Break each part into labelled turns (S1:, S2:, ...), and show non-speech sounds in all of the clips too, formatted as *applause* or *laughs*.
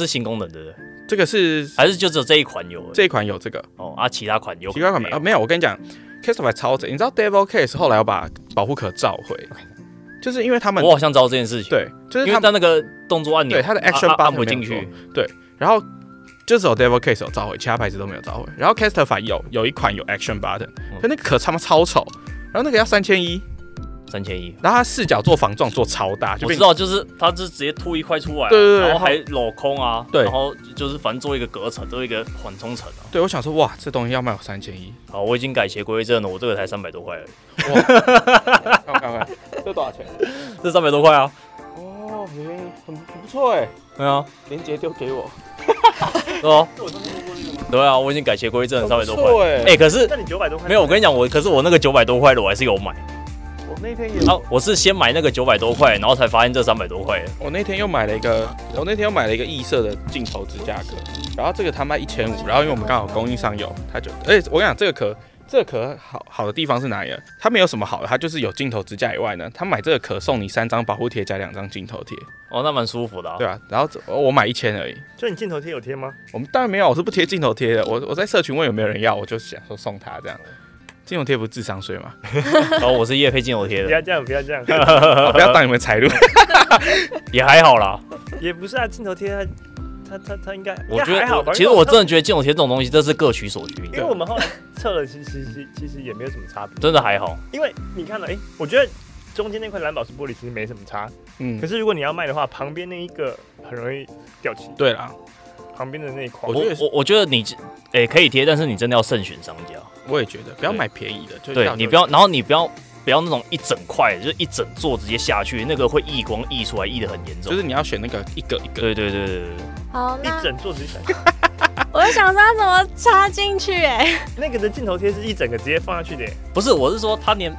S1: 是新功能对不对？
S2: 这个是
S1: 还是就只有这一款有而已？
S2: 这一款有这个，
S1: 哦啊，其他款有？
S2: 奇怪款没啊？没有，我跟你讲，Castify 超贼，你知道 Devil Case 后来要把保护壳召回，就是因为他们
S1: 我好像知道这件事情，，
S2: 对，就是
S1: 因
S2: 他
S1: 为
S2: 们
S1: 它那个动作按钮，
S2: 对它的
S1: 啊
S2: action
S1: 啊
S2: button
S1: 按不进
S2: 没有
S1: 去，
S2: 然后就只有 Devil Case 有召回，其他牌子都没有召回。然后 Castify 有有一款有 Action Button，可
S1: 嗯
S2: 那个壳他妈超丑，然后那个要三千一，
S1: 三千一。
S2: 然后它视角做防撞做超大，就
S1: 我
S2: 变
S1: 知道，就是它是直接凸一块出来啊，
S2: 对对对
S1: 然后还镂空啊，
S2: 对
S1: 然后就是反正做一个隔层，做一个缓冲层啊。
S2: 对我想说哇，这东西要卖我三千一，
S1: 好，我已经改邪归正了，我这个才三百多块而已，
S2: 看看看，这多少钱？
S1: 这三百多块啊，
S2: 哦，很很不错哎，
S1: 对啊，
S2: 链接丢给我，
S1: 对啊，对啊，我已经改邪归正了，三百多块。
S2: 哎
S1: 哎，可是
S3: 那你九百多块
S1: 没有，我跟你讲，我可是我那个九百多块的，我还是有买。
S3: 我那天也
S1: 啊，我是先买那个九百多块，然后才发现这三百多块。
S2: 我那天又买了一个，我那天又买了一个异色的镜头支架壳，然后这个它卖一千五，然后因为我们刚好供应商有，它就，而且我跟你讲，这个壳，这个壳好好的地方是哪里呢？它没有什么好的，它就是有镜头支架以外呢，它买这个壳送你三张保护贴加两张镜头贴，
S1: 哦，那蛮舒服的、啊。
S2: 对啊，然后这我买一千而已，
S3: 就你镜头贴有贴吗？
S2: 我们当然没有，我是不贴镜头贴的，我我在社群问有没有人要，我就想说送他这样，镜头贴不是智商税
S1: *laughs*
S2: 吗？
S1: 然后我是夜配镜头贴
S3: 不
S1: 的，
S3: 要这样，不
S1: *laughs*
S3: 要这样，
S2: 不要当你们财路，
S1: 也还好啦。
S3: 也不是啊，镜头贴它它它它应该
S1: 我觉
S3: 应该还
S1: 得
S3: 好
S1: 我，
S3: 吧？
S1: 其实我真的觉得镜头贴这种东西，这是各取所需
S3: 因为我们。因为我们后来测了，其实其实其实也没有什么差别，
S1: 真的还好，
S3: 因为你看了，哎，我觉得中间那块蓝宝石玻璃其实没什么差，
S2: 嗯
S3: 可，是如果你要卖的话，旁边那一个很容易掉漆，
S2: 对啦，
S3: 旁边的那一块
S1: 我
S2: 我觉得
S1: 我我觉得你诶、可以贴，但是你真的要慎选商家。
S2: 我也觉得不要买便宜的，就
S1: 对
S2: 要
S1: 你不要，然后你不要不要那种一整块，就是一整座直接下去，那个会溢光溢出来，溢的很严重。
S2: 就是你要选那个一个一个。
S1: 对对对对对，
S4: 好，那
S3: 一整座直接下
S1: *laughs*
S3: 来。
S4: 我就想说它怎么插进去、哎，
S3: 那个的镜头贴是一整个直接放下去的耶，
S1: 不是，我是说他连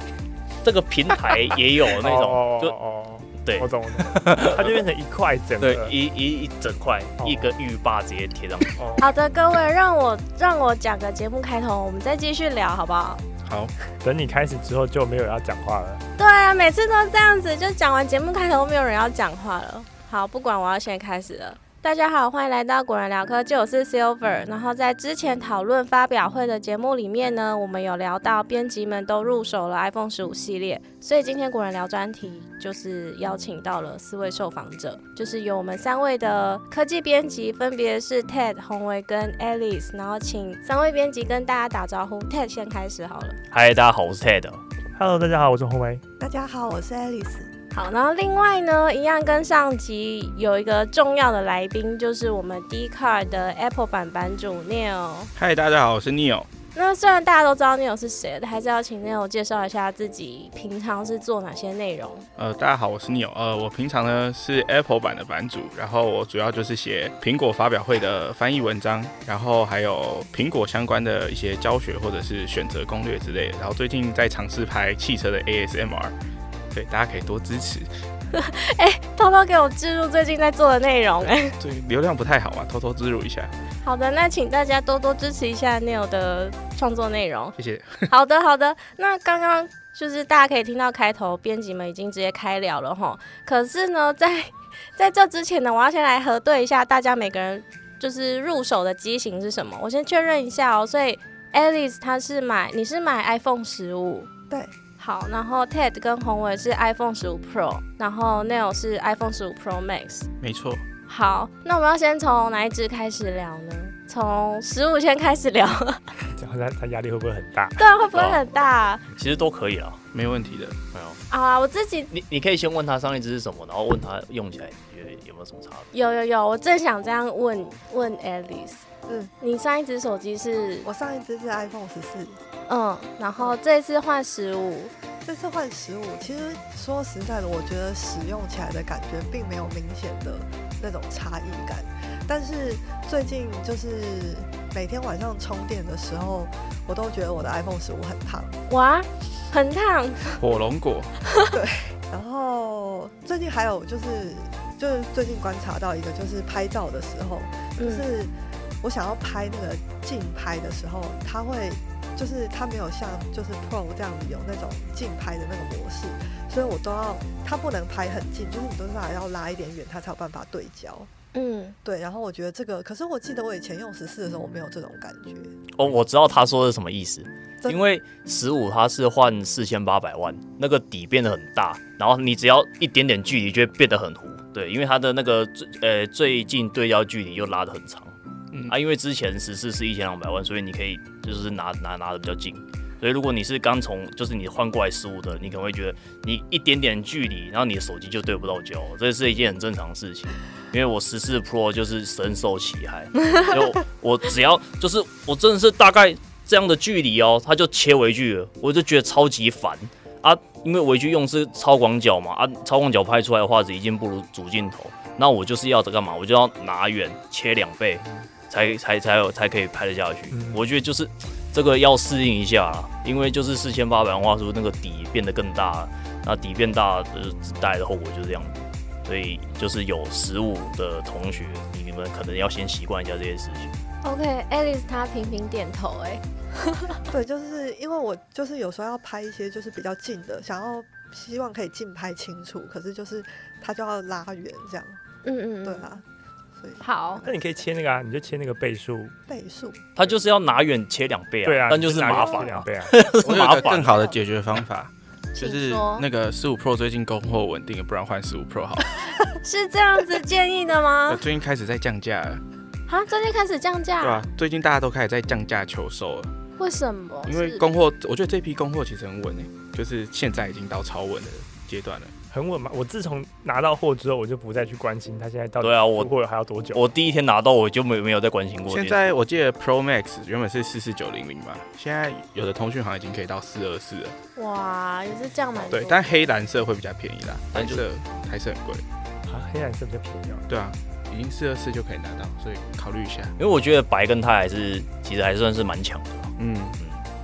S1: 这个平台也有那种，就
S3: 哦，
S1: 对
S3: 我懂我懂，它就变成一块整
S1: *laughs* 对
S3: 个，
S1: 一一一整块
S3: 哦
S1: 一个浴霸直接贴上去。
S3: 哦，
S4: *laughs* 好的，各位，让我让我讲个节目开头，我们再继续聊好不好？
S2: 好，
S3: 等你开始之后就没有要讲话了。
S4: 对啊，每次都这样子，就讲完节目开头，没有人要讲话了。好，不管，我要先开始了。大家好，欢迎来到果然聊科技，我是 Silver。然后在之前讨论发表会的节目里面呢，我们有聊到编辑们都入手了 iPhone 十五系列，所以今天果然聊专题就是邀请到了四位受访者，就是有我们三位的科技编辑，分别是 Ted、宏维跟 Alice。然后请三位编辑跟大家打招呼，Ted 先开始好了。
S1: 嗨，大家好，我是 Ted。
S3: Hello，大家好，我是红梅。
S5: 大家好，我是 Alice。
S4: 好，然后另外呢，一样跟上集有一个重要的来宾，就是我们 d c a r 的 Apple 版版主 Neil。
S2: 嗨，大家好，我是 Neil。
S4: 那虽然大家都知道 Neil 是谁，但还是要请 Neil 介绍一下自己平常是做哪些内容。
S2: 呃，大家好，我是 Neil。呃，我平常呢是 Apple 版的版主，然后我主要就是写苹果发表会的翻译文章，然后还有苹果相关的一些教学或者是选择攻略之类的。然后最近在尝试拍汽车的 ASMR，对，大家可以多支持。
S4: 偷偷给我置入最近在做的内容、 *laughs* 哎，
S2: 这个流量不太好嘛，偷偷植入一下，
S4: 好的，那请大家多多支持一下 Neil 的创作内容。
S2: 谢谢。
S4: *laughs* 好的，好的。那刚刚就是大家可以听到开头，编辑们已经直接开聊了吼。可是呢，在在这之前呢，我要先来核对一下大家每个人就是入手的机型是什么。我先确认一下哦。所以 Alice 她是买，你是买 iPhone 十五，
S5: 对。
S4: 好，然后 Ted 跟宏伟是 iPhone 十五 Pro，然后 Neil 是 iPhone 十五 Pro Max。
S2: 没错，
S4: 好，那我们要先从哪一支开始聊呢？从十五先开始聊，
S3: 这样他他压力会不会很大？
S4: *laughs* 对啊，会不会很大啊？
S1: 其实都可以啦。
S2: 没问题的。
S1: 没有，
S4: 好啊，我自己
S1: 你你可以先问他上一支是什么，然后问他用起来你觉得有没有什么差别？
S4: 有有有，我正想这样问问 Alice，
S5: 嗯，
S4: 你上一只手机是
S5: 我上一支是 iPhone 十四，
S4: 嗯，然后这次换十五，
S5: 这次换十五。其实说实在的，我觉得使用起来的感觉并没有明显的那种差异感。但是最近就是每天晚上充电的时候，我都觉得我的 iPhone 十五很烫。
S4: 哇，很烫，
S2: 火龙果，
S5: 然后最近还有就是，就是最近观察到一个，就是拍照的时候，就
S4: 嗯，
S5: 是我想要拍那个竞拍的时候，它会就是它没有像就是 Pro 这样子有那种竞拍的那个模式，所以我都要它不能拍很近，就是你都是要拉一点远，它才有办法对焦。
S4: 嗯，
S5: 对，然后我觉得这个，可是我记得我以前用十四的时候，我没有这种感觉。
S1: 哦，我知道他说的是什么意思，
S5: 真
S1: 因为十五它是换四千八百万，那个底变得很大，然后你只要一点点距离就会变得很糊。对，因为它的那个最呃最近对焦距离又拉得很长，
S2: 嗯
S1: 啊，因为之前十四是一千两百万，所以你可以就是拿拿拿的比较近。所以如果你是刚从就是你换过来十五的，你可能会觉得你一点点距离，然后你的手机就对不到焦，这是一件很正常的事情。因为我十四 Pro 就是深受其害，就我只要就是我真的是大概这样的距离哦，它就切微距了，我就觉得超级烦啊！因为微距用是超广角嘛啊，超广角拍出来的画质一定不如主镜头，那我就是要这干嘛？我就要拿远切两倍，才才才有才可以拍得下去。我觉得就是这个要适应一下啦，因为就是四千八百万画素那个底变得更大了，那底变大就是带来的后果就是这样子。所以就是有十五的同学，你们可能要先习惯一下这些事情。
S4: OK，Alice 她频频点头、哎，
S5: 对，就是因为我就是有时候要拍一些就是比较近的，想要希望可以近拍清楚，可是就是它就要拉远这样，
S4: 嗯嗯，
S5: 对，啊，所以
S4: 好，
S3: *laughs* 那你可以切那个啊，你就切那个倍数，
S5: 倍数
S1: 他就是要拿远切两倍啊，
S3: 对啊，
S1: 但就是
S3: 拿
S1: 麻烦
S3: 切两
S1: 啊，
S3: 倍啊，
S1: 就是
S2: 我有
S1: 麻
S2: 一个更
S1: 烦。
S2: 好的解决方法，就
S4: 请
S2: 是
S4: 说
S2: 那个十五 Pro 最近供货稳定了，不然换十五 Pro 好了。
S4: 是这样子建议的
S2: 我 *laughs*
S4: 吗？
S2: 最近开始在降价了，
S4: 啊，最近开始降价，
S2: 呃对啊吧、最近大家都开始在降价求售了，
S4: 为什么？
S2: 因为
S4: 哦是
S2: 供货，我觉得这批供货其实很稳诶、就是现在已经到超稳的阶段了。
S3: *laughs* 很稳嘛。我自从拿到货之后，我就不再去关心它现在到底
S1: 对啊我
S3: 出货还要多久。
S1: 我第一天拿到我就没没有再关心过这件
S2: 现
S1: 事。
S2: 在我记得 Pro Max 原本是四四九零零嘛，现在有的通讯行已经可以到四二四了。
S4: 哇，也是降蛮多
S2: 对，但黑蓝色会比较便宜啦，
S1: 那
S2: 蓝
S1: 就
S2: 色还是很贵。
S3: 啊，黑蓝色比较便宜哦。
S2: 对啊，已经四二四就可以拿到，所以考虑一下。
S1: 因为我觉得白跟钛还是其实还算是蛮强的啊。
S2: 嗯，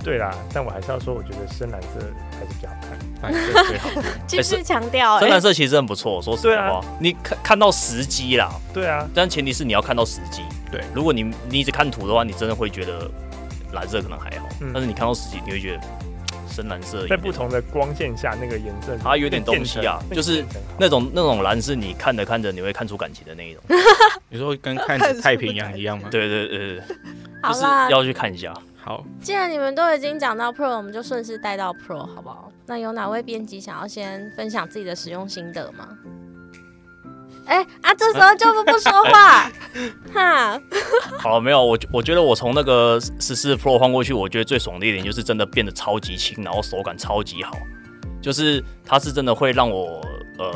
S3: 对啦，但我还是要说，我觉得深蓝色还是比较好看。
S2: 蓝色最好。
S4: 继续强
S3: 啊
S4: 调、
S1: 深
S4: 哎、
S1: 蓝色其实很不错，说实在话，你看看到时机啦，
S3: 对啊，
S1: 但前提是你要看到时机。
S2: 对
S1: 如果你你只看图的话，你真的会觉得蓝色可能还好，
S3: 嗯
S1: 但是你看到时机，你会觉得嘖深蓝色有
S3: 在
S1: 点
S3: 不同的光线下，那个颜色
S1: 它有点东西啊
S3: 那个
S1: 就是
S3: 渐层好
S1: 那种那种蓝是你看着看着你会看出感情的那一种。
S2: 你说跟看
S5: 看
S2: 着
S5: 书
S2: 太平洋一样吗？，
S1: 对对对对，
S4: *laughs* 好
S1: 就是
S4: 啦，
S1: 要去看一下。
S2: 好，
S4: 既然你们都已经讲到 Pro，我们就顺势带到 Pro 好不好？那有哪位编辑想要先分享自己的使用心得吗？哎、啊，这时候就不不说话，
S3: *laughs*
S4: 哈，
S1: *laughs* 好了，没有我觉，我觉得我从那个十四 Pro 换过去，我觉得最爽的一点就是真的变得超级轻，然后手感超级好，就是它是真的会让我呃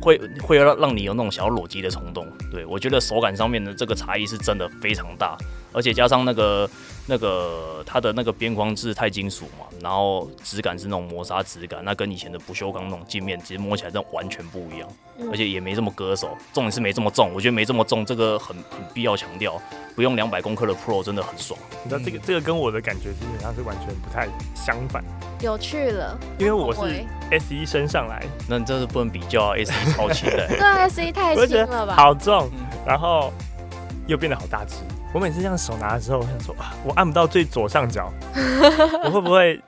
S1: 会会让让你有那种想要裸机的冲动。对我觉得手感上面的这个差异是真的非常大，而且加上那个那个它的那个边框是钛金属嘛，然后质感是那种磨砂质感，那跟以前的不锈钢那种镜面其实摸起来真的完全不一样，
S4: 嗯
S1: 而且也没这么割手，重点是没这么重，我觉得没这么重这个很很必要强调。不用两百公克的 Pro 真的很爽。
S3: 你知道这个这个跟我的感觉基本上是完全不太相反，
S4: 有趣了。
S3: 因为我是
S4: 喂
S3: S 1升上来，
S1: 那你真是不能比较啊，S 1超轻的、
S3: *laughs*
S4: 对 S E 太
S3: 我就觉
S4: 轻了
S3: 得
S4: 吧？
S3: 好重
S2: 嗯，
S3: 然后又变得好大只。我每次这样手拿的时候，我想说啊，我按不到最左上
S4: *laughs*
S3: 角，我会不会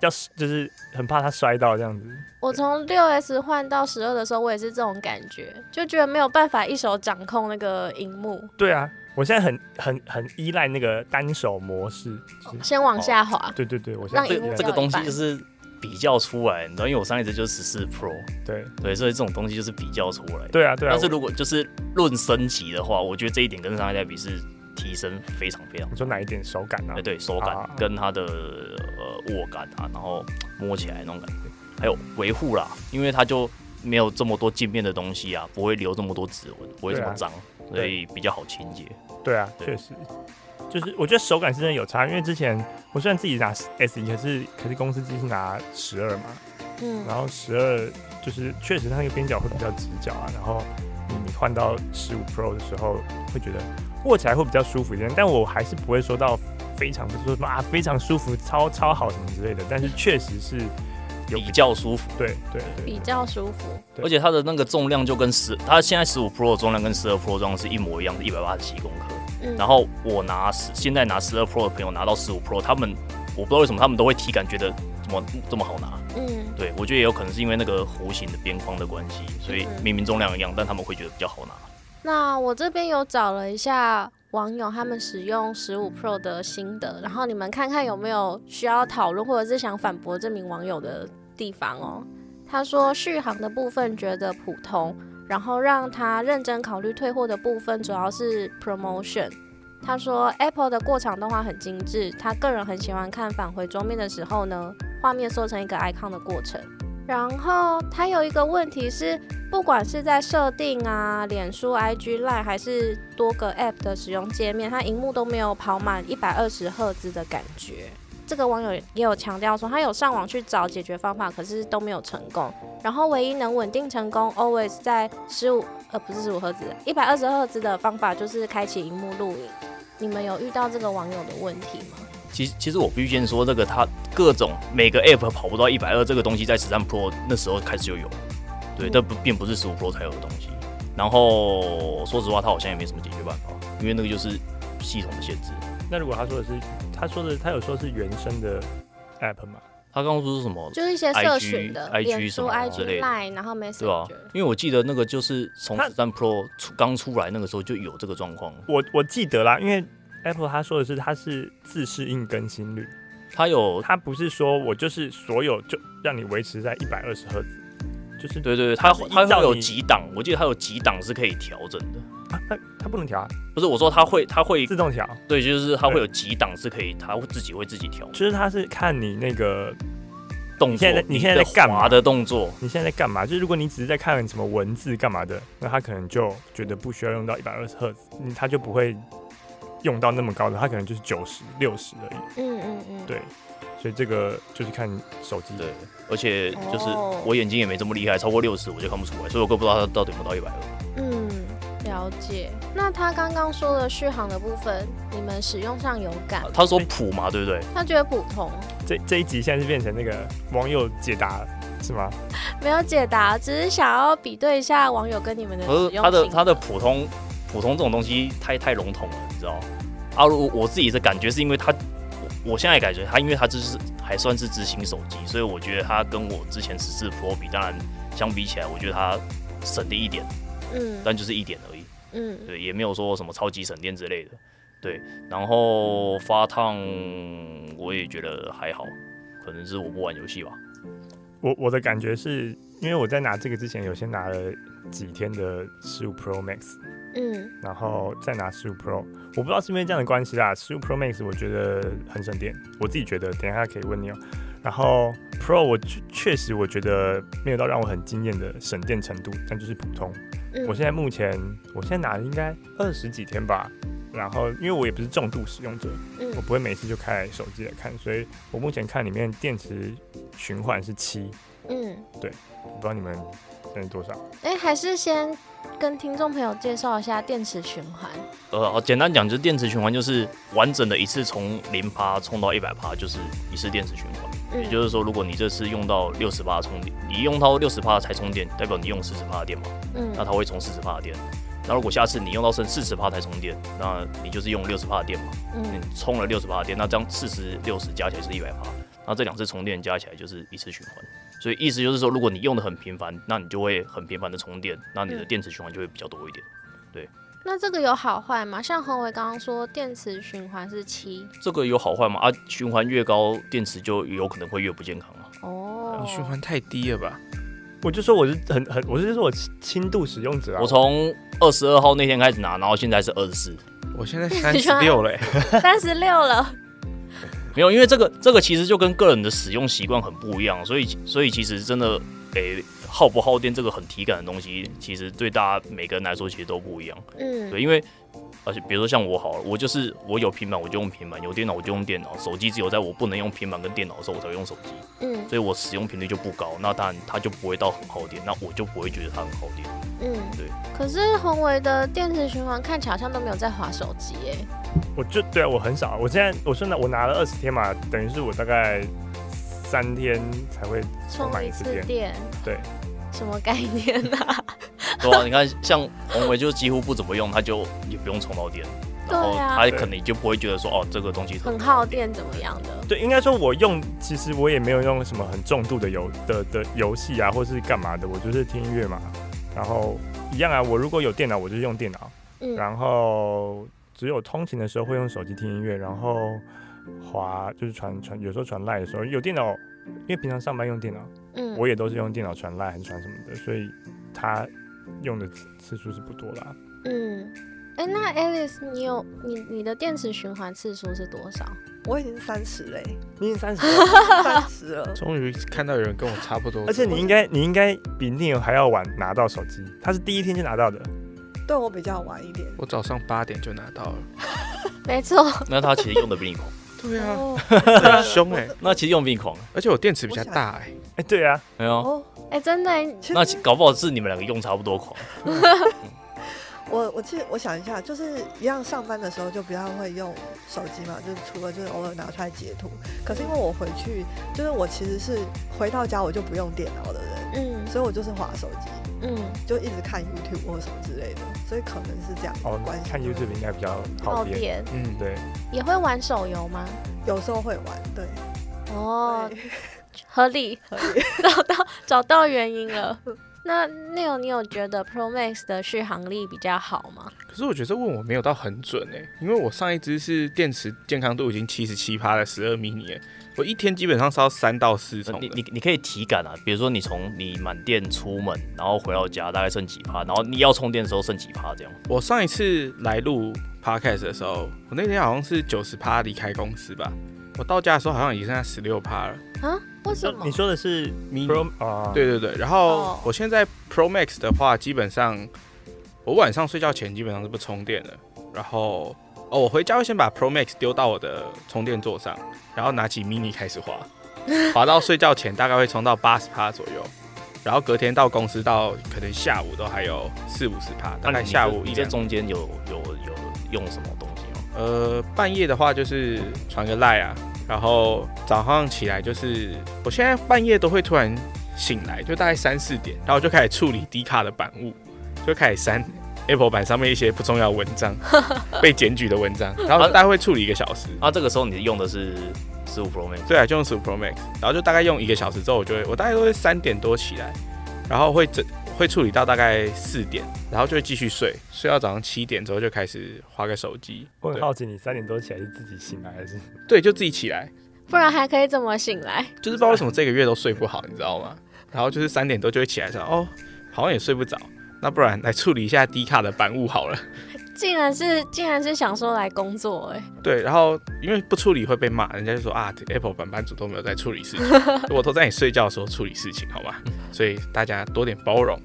S3: 要就是很怕它摔到这样子？
S4: 我从六 S 换到十二的时候，我也是这种感觉，就觉得没有办法一手掌控那个荧幕，
S3: 对啊，我现在很很很依赖那个单手模式，就是
S4: 先往下滑。
S3: 对对对，我现
S4: 让
S3: 在
S1: 这
S4: 荧幕
S1: 这
S4: 掉
S1: 个
S4: 一
S1: 东西
S4: 半
S1: 就是比较出来，你知道，因为我上一次就是十四 Pro，
S3: 对
S1: 对，所以这种东西就是比较出来。
S3: 对啊对啊
S1: 但。是如果就是论升级的话，我觉得这一点跟上一代比是提升非常非常
S3: 你。说哪一点手感啊
S1: 哎，？对，手
S3: 啊
S1: 感跟它的呃握感啊，然后摸起来那种感觉，还有维护啦，因为它就没有这么多镜面的东西啊，不会留这么多指纹，不会这
S3: 对啊
S1: 么脏，所以比较好清洁。
S3: 对啊，
S1: 对
S3: 确实，就是我觉得手感是真的有差，因为之前我虽然自己拿 S 一，可是可是公司机是拿十二嘛，
S4: 嗯，
S3: 然后十二就是确实它那个边角会比较直角啊，然后你你换到十五 Pro 的时候，会觉得握起来会比较舒服一点，但我还是不会说到非常就是说什么啊非常舒服、超超好什么之类的，但是确实是有
S1: 比较舒服，
S3: 对对对
S4: 比较舒服。
S3: 对
S1: 而且它的那个重量就跟十，它现在十五 Pro 的重量跟十二 Pro 的重量是一模一样，是一百八十七公克。
S4: 嗯，
S1: 然后我拿十，现在拿十二 Pro 的朋友拿到十五 Pro，他们我不知道为什么他们都会体感觉得怎么这么好拿。
S4: 嗯，
S1: 对我觉得也有可能是因为那个弧形的边框的关系，所以
S4: 嗯
S1: 明明重量一样，但他们会觉得比较好拿。
S4: 那我这边有找了一下网友他们使用十五 Pro 的心得，然后你们看看有没有需要讨论或者是想反驳这名网友的地方哦。他说续航的部分觉得普通，然后让他认真考虑退货的部分主要是 promotion。他说 Apple 的过场动画很精致，他个人很喜欢看返回桌面的时候呢，画面缩成一个 icon 的过程。然后他有一个问题是，不管是在设定啊、脸书、IG、Line 还是多个 App 的使用界面，它荧幕都没有跑满一百二十赫兹的感觉。这个网友也有强调说，他有上网去找解决方法，可是都没有成功。然后唯一能稳定成功，always 在十五呃不是十五赫兹，一百二十赫兹的方法就是开启荧幕录影。你们有遇到这个网友的问题吗？
S1: 其实其实我必须先说，这个它各种每个 app 跑不到一百二，这个东西在十三 Pro 那时候开始就有，
S3: 嗯
S1: 对，但不并不是十五 Pro 才有的东西。然后说实话，它好像也没什么解决办法，因为那个就是系统的限制。
S3: 那如果他说的是，他说的他有说是原生的 app 嘛？
S1: 他刚刚说是什么？
S4: 就是一些社群的
S1: IG
S4: 脸书、
S1: 什么之
S4: IG、
S1: 类的
S4: Line，然后 Messenger。
S1: 对啊，因为我记得那个就是从十三 Pro 出刚出来那个时候就有这个状况，
S3: 我我记得啦，因为 Apple 他说的是它是自适应更新率，
S1: 它有
S3: 它不是说我就是所有就让你维持在一百二十赫兹，就是
S1: 对对对，它
S3: 它
S1: 它
S3: 是依照
S1: 会有
S3: 你
S1: 几档，我记得它有几档是可以调整的。
S3: 啊，它它不能调啊，
S1: 不是我说它会它会
S3: 自动调，
S1: 对，就是它会有几档是可以，它会自己会自己调
S3: 就是它是看你那个
S1: 动
S3: 你
S1: 作
S3: 现在。你现在
S1: 的
S3: 在干嘛
S1: 滑的动作，
S3: 你现在在干嘛？就是如果你只是在看什么文字干嘛的，那他可能就觉得不需要用到一百二十赫兹，嗯他就不会用到那么高的，他可能就是九十六十而已。
S4: 嗯嗯嗯，
S3: 对，所以这个就是看手机。
S1: 对，而且就是
S4: 哦
S1: 我眼睛也没这么厉害，超过六十我就看不出来，所以我更不知道它到底有没有到一百二。
S4: 嗯，了解。那他刚刚说的续航的部分，你们使用上有感？
S1: 他说普嘛，对不对？
S4: 他觉得普通，
S3: 这这一集现在是变成那个网友解答是吗？
S4: 没有解答，只是想要比对一下网友跟你们的
S1: 可
S4: 使
S1: 是
S4: 用
S1: 它的
S4: 性
S1: 它的普通普通这种东西太太笼统了，你知道？啊，我我自己的感觉是因为它，我我现在感觉它，因为它就是还算是执行手机，所以我觉得它跟我之前十四 Pro 比，当然相比起来，我觉得它省力一点，
S4: 嗯
S1: 但就是一点而已。
S4: 嗯
S1: 对，也没有说什么超级省电之类的，对。然后发烫我也觉得还好，可能是我不玩游戏吧。
S3: 我我的感觉是因为我在拿这个之前，有先拿了几天的十五 Pro Max，
S4: 嗯
S3: 然后再拿十五 Pro，我不知道是因为这样的关系啦。十五 Pro Max 我觉得很省电，我自己觉得，等一下可以问你哦、然后 Pro 我确确实我觉得没有到让我很惊艳的省电程度，但就是普通。
S4: 嗯，
S3: 我现在目前我现在拿了应该二十几天吧，然后因为我也不是重度使用者，
S4: 嗯
S3: 我不会每次就开手机来看，所以我目前看里面电池循环是七，
S4: 嗯，
S3: 我不知道你们现在多少？
S4: 哎、还是先跟听众朋友介绍一下电池循环。
S1: 呃，好简单讲，就是电池循环就是完整的一次从零趴充到一百趴，就是一次电池循环。也
S4: 嗯
S1: 就是说，如果你这次用到六十趴充电，你用到六十趴才充电，代表你用四十趴的电嘛，那
S4: 嗯
S1: 它会充四十趴的电。那如果下次你用到剩四十趴才充电，那你就是用六十趴的电嘛，你
S4: 嗯
S1: 充了六十趴的电，那这样四十六十加起来是一百趴，那这两次充电加起来就是一次循环。所以意思就是说，如果你用的很频繁，那你就会很频繁的充电，那你的
S4: 嗯
S1: 电池循环就会比较多一点。
S4: 那这个有好坏吗？像恒伟刚刚说电池循环是七
S1: 这个有好坏吗？啊，循环越高，电池就有可能会越不健康啊。
S4: 哦，
S2: 你循环太低了吧？
S3: 我就说我是很很，我是说我轻轻度使用者啊，
S1: 我从二十二号那天开始拿，然后现在是二十四，
S2: 我现在三
S4: 你
S2: 十
S4: 说
S2: 六了、欸，
S4: 三十六了，
S1: 没有，因为这个这个其实就跟个人的使用习惯很不一样，所以所以其实真的，诶、耗不耗电这个很体感的东西，其实对大家每个人来说其实都不一样。
S4: 嗯
S1: 对，因为而且比如说像我好了，我就是我有平板我就用平板，有电脑我就用电脑，手机只有在我不能用平板跟电脑的时候我才会用手机，
S4: 嗯
S1: 所以我使用频率就不高，那当然它就不会到很耗电，那我就不会觉得它很耗电。
S4: 嗯，
S1: 对。
S4: 可是宏维的电池循环看起来好像都没有在划手机耶。
S3: 我就对啊，我很少，我现在我现在我拿了二十天嘛，等于是我大概三天才会
S4: 充
S3: 买
S4: 一
S3: 一
S4: 次
S3: 次
S4: 电，
S3: 对，
S4: 什么概念啊？
S1: 对啊，你看像宏伟就几乎不怎么用，他就也不用充到电，然后
S4: 对啊
S1: 他可能就不会觉得说哦这个东西
S4: 很耗电怎么样的？
S3: 对，应该说我用，其实我也没有用什么很重度的游的的游戏啊，或是干嘛的，我就是听音乐嘛，然后一样啊，我如果有电脑，我就用电脑，
S4: 嗯，
S3: 然后只有通勤的时候会用手机听音乐，然后滑就是传传，有时候传赖的时候有电脑，因为平常上班用电脑，
S4: 嗯，
S3: 我也都是用电脑传赖还是传什么的，所以他用的次次数是不多啦。
S4: 嗯，哎、那 Alice，你有你你的电池循环次数是多少？
S5: 我已经三十嘞，
S3: 你已经
S4: *laughs*
S3: 三十，
S5: 三十了，
S2: 终于看到有人跟我差不多，
S3: 而且你应该你应该比 n e 还要晚拿到手机，他是第一天就拿到的。
S5: 对我比较晚一点。
S2: 我早上八点就拿到了，
S4: 没错，
S1: 那他其实用的比你狂，
S2: 对啊，
S4: 哦，
S2: 很凶哎、
S1: 那其实用得比你狂，
S2: 而且我电池比较大哎、
S3: 哎、对啊，
S1: 没有？
S5: 哦，
S4: 哎、真的、欸，
S5: 其
S1: 那
S5: 实
S1: 搞不好是你们两个用差不多狂，
S5: 我我记得我想一下，就是一样上班的时候就比较会用手机嘛，就是除了就是偶尔拿出来截图。可是因为我回去，就是我其实是回到家我就不用电脑的人，
S4: 嗯
S5: 所以我就是划手机，
S4: 嗯，
S5: 就一直看 YouTube 或什么之类的，所以可能是这样
S3: 哦，
S5: 关系。
S3: 看 YouTube 应该比较
S4: 耗
S3: 好点。
S4: 电
S2: 嗯，
S3: 对，
S4: 也会玩手游吗？
S5: 有时候会玩，对，
S4: 哦，
S5: 对
S4: 合理，
S5: 可以。
S4: *laughs* 找到找到原因了。那 Neil，你有觉得 Pro Max 的续航力比较好吗？
S2: 可是我觉得这问我没有到很准哎、因为我上一支是电池健康度已经七十七趴的十二 mini，、欸、我一天基本上烧三到四
S1: 那
S2: 桶
S1: 你
S2: 的。
S1: 呃你你可以体感啊，比如说你从你满电出门，然后回到家大概剩几趴，然后你要充电的时候剩几趴这样。
S2: 我上一次来录 podcast 的时候，我那天好像是九十趴离开公司吧，我到家的时候好像已经剩下十六趴了。
S4: 啊？为什么
S3: 你？说的是
S2: mini
S3: Pro 啊、，
S2: 对对对，然
S4: 哦
S2: 后我现在 Pro Max 的话，基本上我晚上睡觉前基本上是不充电的。然后哦，我回家会先把 Pro Max 丢到我的充电座上，然后拿起 Mini 开始滑，滑到睡觉前大概会充到八十趴左右。然后隔天到公司到可能下午都还有四五十趴，大
S1: 那
S2: 概
S1: 啊你
S2: 下
S1: 这
S2: 午一
S1: 你在
S2: 两
S1: 中间有有有用什么东西吗？
S2: 呃，半夜的话就是传个赖啊，然后早上起来就是，我现在半夜都会突然醒来，就大概三四点，然后就开始处理低卡的版务，就开始删 *laughs* Apple 版上面一些不重要的文章， *laughs* 被检举的文章，然后大概会处理一个小时。
S1: 啊，这个时候你用的是十五 Pro Max，
S2: 对啊，就用十五 Pro Max，然后就大概用一个小时之后，我就会，我大概都会三点多起来，然后会整会处理到大概四点，然后就会继续睡，睡到早上七点之后就开始划个手机，
S3: 我很
S2: 对
S3: 好奇你三点多起来是自己醒来还是？
S2: 对，就自己起来。
S4: 不然还可以怎么醒来？
S2: 就是不知道为什么这个月都睡不好，你知道吗？然后就是三点多就会起来说，哦，好像也睡不着，那不然来处理一下低卡的版务好了。
S4: 竟然是竟然是想说来工作哎、
S2: 对，然后因为不处理会被骂，人家就说啊，Apple 版版主都没有在处理事情，我都在你睡觉的时候处理事情，好吗？所以大家多点包容。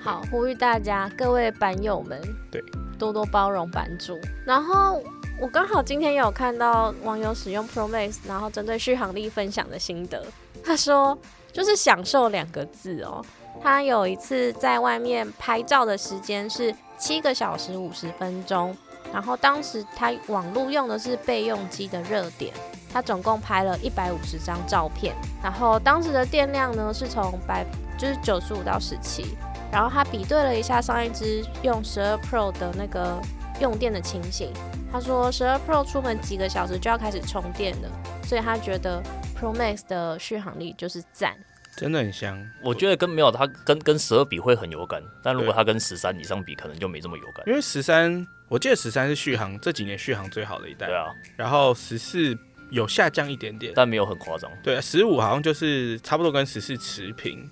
S4: 好，呼吁大家各位版友们，
S2: 对，
S4: 多多包容版主。然后我刚好今天有看到网友使用 Pro Max，然后针对续航力分享的心得，他说就是享受两个字哦。他有一次在外面拍照的时间是七个小时五十分钟，然后当时他网路用的是备用机的热点，他总共拍了一百五十张照片，然后当时的电量呢是从百就是九十五到十七，然后他比对了一下上一支用十二 Pro 的那个用电的情形，他说十二 Pro 出门几个小时就要开始充电了，所以他觉得 Pro Max 的续航力就是赞。
S2: 真的很香，
S1: 我觉得跟没有它跟跟十二比会很有感，但如果
S2: 对
S1: 它跟十三以上比，可能就没这么有感。
S2: 因为十三，我记得十三是续航这几年续航最好的一代
S1: 对，啊，
S2: 然后十四有下降一点点，
S1: 但没有很夸张。
S2: 对，十五好像就是差不多跟十四持平，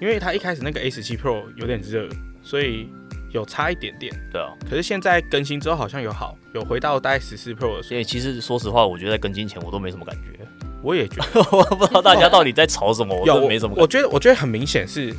S2: 因为它一开始那个 A 十七 Pro 有点热，所以有差一点点。
S1: 对啊，
S2: 可是现在更新之后好像有好，有回到大概十四 Pro 的
S1: 所
S2: 水
S1: 以其实说实话，我觉得在跟金钱我都没什么感觉， *laughs*
S2: 平，我也觉得
S1: 我不知道大家到底在吵什么，我
S2: 有
S1: 真的没什么
S2: 我
S1: 感觉。
S2: 觉得我觉得很明显是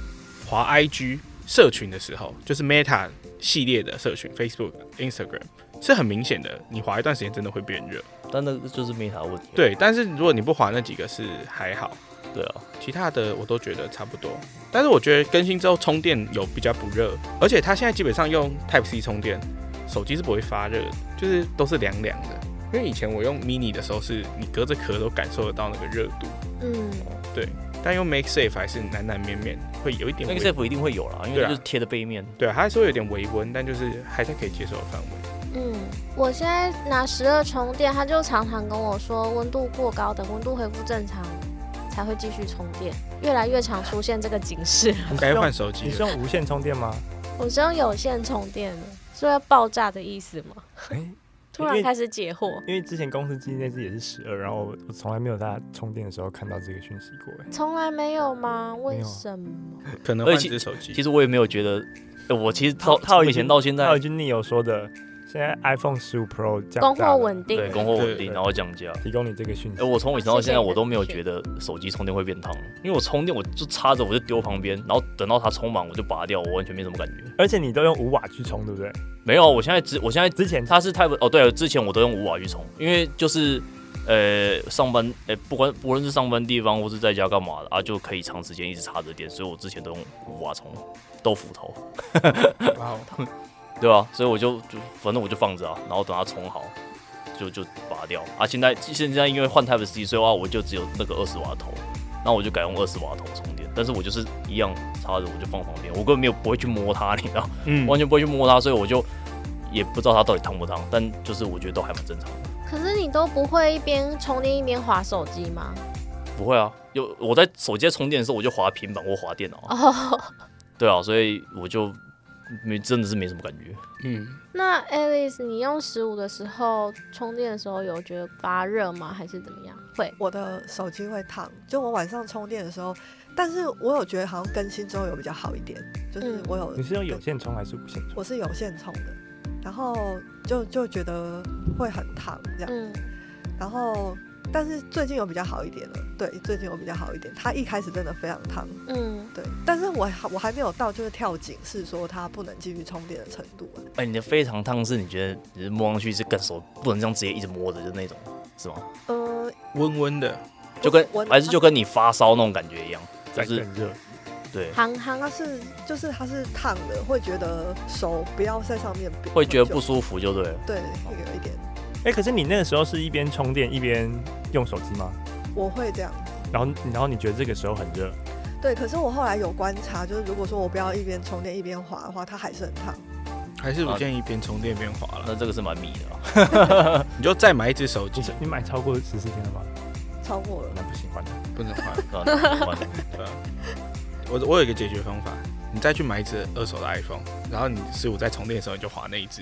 S2: 滑 IG 社群的时候，就是 Meta 系列的社群，Facebook、Instagram 是很明显的，你滑一段时间真的会变热。
S1: 但那个就是没啥问题。
S2: 对，但是如果你不滑那几个是还好。
S1: 对啊，
S2: 其他的我都觉得差不多，但是我觉得更新之后充电有比较不热，而且它现在基本上用 Type C 充电，手机是不会发热的，就是都是凉凉的。因为以前我用 Mini 的时候，是你隔着壳都感受得到那个热度，
S4: 嗯，
S2: 对。但用 Make Safe 还是难难免免会有一点
S1: 那
S2: 微
S1: 个，safe 一定会有啦，因为
S2: 对
S1: 它
S2: 啊
S1: 就是贴的背面。
S2: 对，啊它还是会有点微温，但就是还在可以接受的范围。
S4: 嗯，我现在拿十二充电，他就常常跟我说，温度过高，等温度恢复正常才会继续充电。越来越常出现这个警示，
S3: 你是
S4: *laughs*
S2: 该
S3: 用
S2: 换手机
S3: 你是
S2: 了，
S3: 用无线充电吗？
S4: 我是用有线充电的，是要爆炸的意思吗？
S3: 哎、
S4: *laughs* 突
S3: 因
S4: 然
S3: 为
S4: 开始解惑，
S3: 因为之前公司机那只也是十二，然后我我从来没有在它充电的时候看到这个讯息过、哎，
S4: 从来没有吗？
S3: 没
S4: 为
S3: 有啊
S4: 什么？
S2: 可能
S1: 而
S2: 换
S1: 且
S2: 只手
S1: 其
S2: 机。
S1: 实我也没有觉得，呃我其实
S3: 套
S1: 到
S3: 套
S1: 从
S3: 已
S1: 以前
S3: 经
S1: 到现
S3: 还有
S1: 在
S3: 一句 Neo 说的，现在 iPhone 十五 Pro 降价
S4: 供货
S3: 了
S4: 稳定
S2: 对
S1: 供货稳
S2: 对
S1: 定，
S3: 对
S1: 然后降价。
S3: 提供你这个讯息
S1: 哎，。我从以前到现在
S4: 谢谢你的
S1: 我都没有
S4: 资
S1: 觉
S4: 讯
S1: 得手机充电会变烫，因为我充电我就插着我就丢旁边，然后等到它充满我就拔掉，我完全没什么感觉。
S3: 而且你都用五瓦去充，对不对？
S1: 没有，啊我现在只我现在
S3: 之前
S1: 它是 Type 哦，对，之前我都用五瓦去充，因为就是呃上班呃不管不论是上班地方或是在家干嘛的啊，就可以长时间一直插着电，所以我之前都用五瓦充豆腐头，
S2: 哇哦，
S1: *laughs* 对吧、所以我就就反正我就放着啊，然后等它充好就就拔掉啊。现在现在因为换 Type C，所以话啊我就只有那个二十瓦头，那我就改用二十瓦头充电，但是我就是一样插着我就放旁边，我根本没有不会去摸它，你知道吗。
S2: 嗯，
S1: 完全不会去摸它，所以我就也不知道它到底烫不烫，但就是我觉得都还蛮正常的。
S4: 可是你都不会一边充电一边划手
S3: *laughs*
S4: 机吗？
S1: 不会啊，有我在手机在充电的时候，我就滑平板或滑电脑啊、
S4: 哦，
S1: 对啊，所以我就没真的是没什么感觉。
S2: 嗯，
S4: 那 Alice，你用十五的时候充电的时候有觉得发热吗？还是怎么样？会，
S5: *laughs* 我的手机会烫，就我晚上充电的时候，但是我有觉得好像更新之后有比较好一点，就是
S4: 嗯
S5: 我有、
S3: 你是用有线充还是无线充？
S5: 我是有线充的，然后就就觉得会很烫这样，
S4: 嗯，
S5: 然后但是最近有比较好一点了，对，最近有比较好一点，它一开始真的非常烫，
S4: 嗯，
S5: 对，但是我还我还没有到就是跳警示说它不能继续充电的程度啊，
S1: 哎、你的非常烫是你觉得你摸上去是更手不能这样直接一直摸着就那种是吗？
S4: 嗯
S5: 呃，
S2: 温温的，
S1: 就跟
S5: 我
S1: 还是就跟你发烧那种感觉一样，就
S3: 在
S1: 是
S3: 更热，
S1: 对，
S4: 憨憨
S5: 它是就是它是烫的，会觉得手不要在上面比，
S1: 会觉得不舒服就对了。
S5: 对，会有一点，
S3: 哎、可是你那个时候是一边充电一边用手机吗？
S5: 我会这样。
S3: 然后，然后你觉得这个时候很热，
S5: 对，可是我后来有观察，就是如果说我不要一边充电一边滑的话，它还是很烫。
S2: 还是不建议边充电边滑了。
S1: 那这个是蛮迷的、啊，
S2: 你就再买一只手
S3: 你
S2: 机，
S3: 是你买超过十四天了吗？
S5: 超过了，
S3: 那不行，完蛋。
S2: 不能滑。
S1: 对啊那
S5: *laughs*
S1: 怎么办
S2: 对啊 *laughs* 我我有一个解决方法，你再去买一只二手的 iPhone，然后你十五在充电的时候你就滑那一只，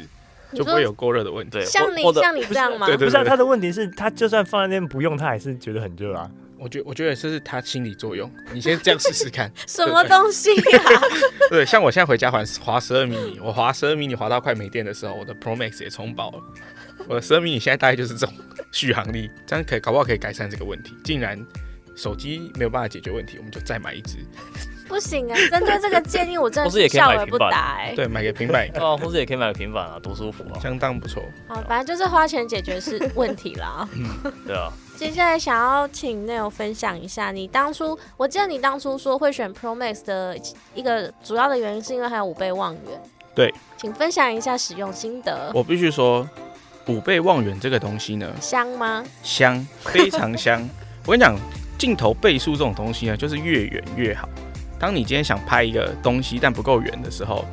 S4: 你
S2: 就不会
S4: 说
S2: 有过热的问题。
S1: 对，
S4: 像你
S1: 或或者 *laughs*
S4: 像你这样吗？
S2: 对对
S3: 不是、啊、他的问题是，他就算放在那边不用，他还是觉得很热啊。
S2: 我觉我觉得这是它心理作用， *laughs* 你先这样试试 *laughs* 看。
S4: 什么东西啊？ *laughs*
S2: 对，像我现在回家滑滑十二迷你，我滑十二迷你滑到快没电的时候，我的 Pro Max 也充饱了。我的十二迷你现在大概就是这种续航力，这样可以搞不好可以改善这个问题。竟然手机没有办法解决问题，我们就再买一只，
S4: 不行啊！针对这个建议，我真
S1: 或是
S4: 的
S1: 也可以买
S4: 笑而不答、哎，
S2: 对，买个平板一
S1: 对
S2: 个，
S1: 啊，或者也可以买个平板啊，多舒服啊，
S2: 相当不错。
S4: 好，反正就是花钱解决是问题啦。
S1: 对啊。
S4: 接下来想要请 Neil 分享一下，你当初我记得你当初说会选 Pro Max 的一个主要的原因是因为还有五倍望远。
S2: 对，
S4: 请分享一下使用心得，
S2: *laughs* 我必须说，五倍望远这个东西呢，
S4: 香吗？
S2: 香，非常香。我跟你讲，镜头倍数这种东西呢，啊就是越远越好。当你今天想拍一个东西但不够远的时候，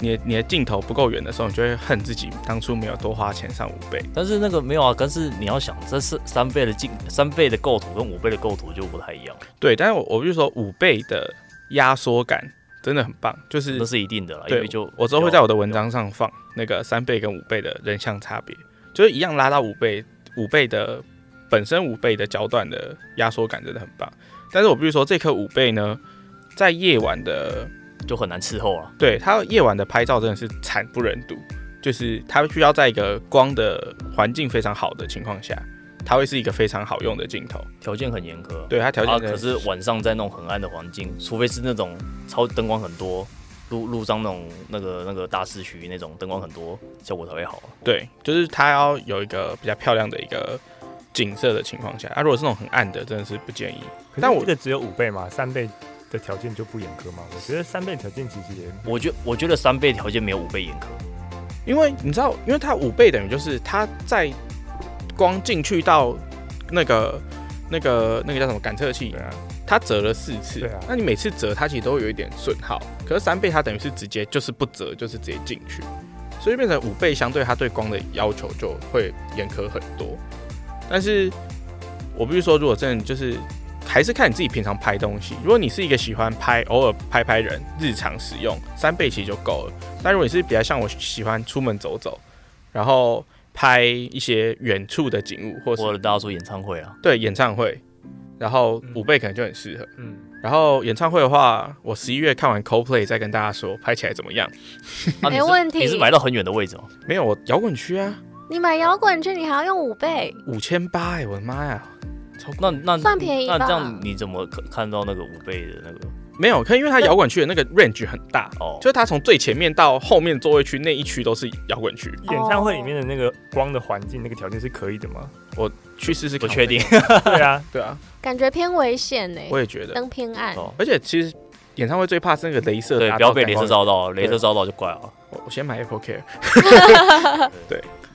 S2: 你的你的镜头不够远的时候，你就会恨自己当初没有多花钱上五倍。
S1: 但是那个没有啊，但是你要想，这是三倍的进三倍的构图跟五倍的构图就不太一样，
S2: 对，但是我我必须说五倍的压缩感真的很棒，就是
S1: 那是一定的啊啦，因
S2: 对，
S1: 为就
S2: 我之后会在我的文章上放那个三倍跟五倍的人像差别，就是一样拉到五倍，五倍的本身五倍的焦段的压缩感真的很棒。但是我必须说，这颗五倍呢，在夜晚的
S1: 就很难伺候啊。
S2: 对它夜晚的拍照真的是惨不忍睹，就是它需要在一个光的环境非常好的情况下，它会是一个非常好用的镜头。
S1: 条件很严苛啊。
S2: 对它条件
S1: 啊，
S2: 真的
S1: 可是晚上在那种很暗的环境，除非是那种超灯光很多，路路上那种那个那个大市区那种灯光很多，效果才会好啊。
S2: 对，就是它要有一个比较漂亮的一个景色的情况下，啊，如果是那种很暗的，真的是不建议。
S3: 可
S2: 但
S3: 是
S2: 我
S3: 这个只有五倍嘛，三倍的条件就不严苛嘛。我觉得三倍条件其实也
S1: 我觉我觉得三倍条件没有五倍严苛，
S2: 因为你知道，因为它五倍等于就是它在光进去到那个那个那个叫什么感测器
S3: 对，啊，
S2: 它折了四次。
S3: 对啊
S2: 那你每次折它其实都会有一点损耗，可是三倍它等于是直接就是不折，就是直接进去，所以变成五倍相对它对光的要求就会严苛很多。但是我必须说，如果真的就是。还是看你自己平常拍东西。如果你是一个喜欢拍，偶尔拍拍人，日常使用，三倍其实就够了。但如果你是比较像我喜欢出门走走，然后拍一些远处的景物，或
S1: 或者
S2: 是
S1: 大家说演唱会啊，
S2: 对演唱会，然后
S3: 嗯
S2: 五倍可能就很适合。
S3: 嗯，
S2: 然后演唱会的话，我十一月看完 Coldplay 再跟大家说拍起来怎么样。
S1: 啊你
S4: 没
S1: 是
S4: 问题。
S1: 你是买到很远的位置哦，
S2: 没有，我摇滚区啊，
S4: 你买摇滚去，你还要用五倍，
S2: 五千八哎，我的妈呀！
S1: 那那
S4: 算便宜吧
S1: 那这样你怎么可看到那个五倍的那个？
S2: 没有，可因为它摇滚区的那个 range 很大，
S1: 哦，
S2: 就是它从最前面到后面座位区那一区都是摇滚区。
S3: 演唱会里面的那个光的环境，那个条件是可以的吗？
S2: 去试试看，
S1: 不确定。
S3: 对啊，
S1: *laughs*
S2: 对啊，
S4: 感觉偏危险呢、
S2: 我也觉得。
S4: 灯偏暗，
S1: 哦，
S2: 而且其实演唱会最怕是那个镭射，
S1: 对，不要被镭射。照到，
S2: 对
S1: 镭射照到就怪了。
S2: 我我先买 Apple Care，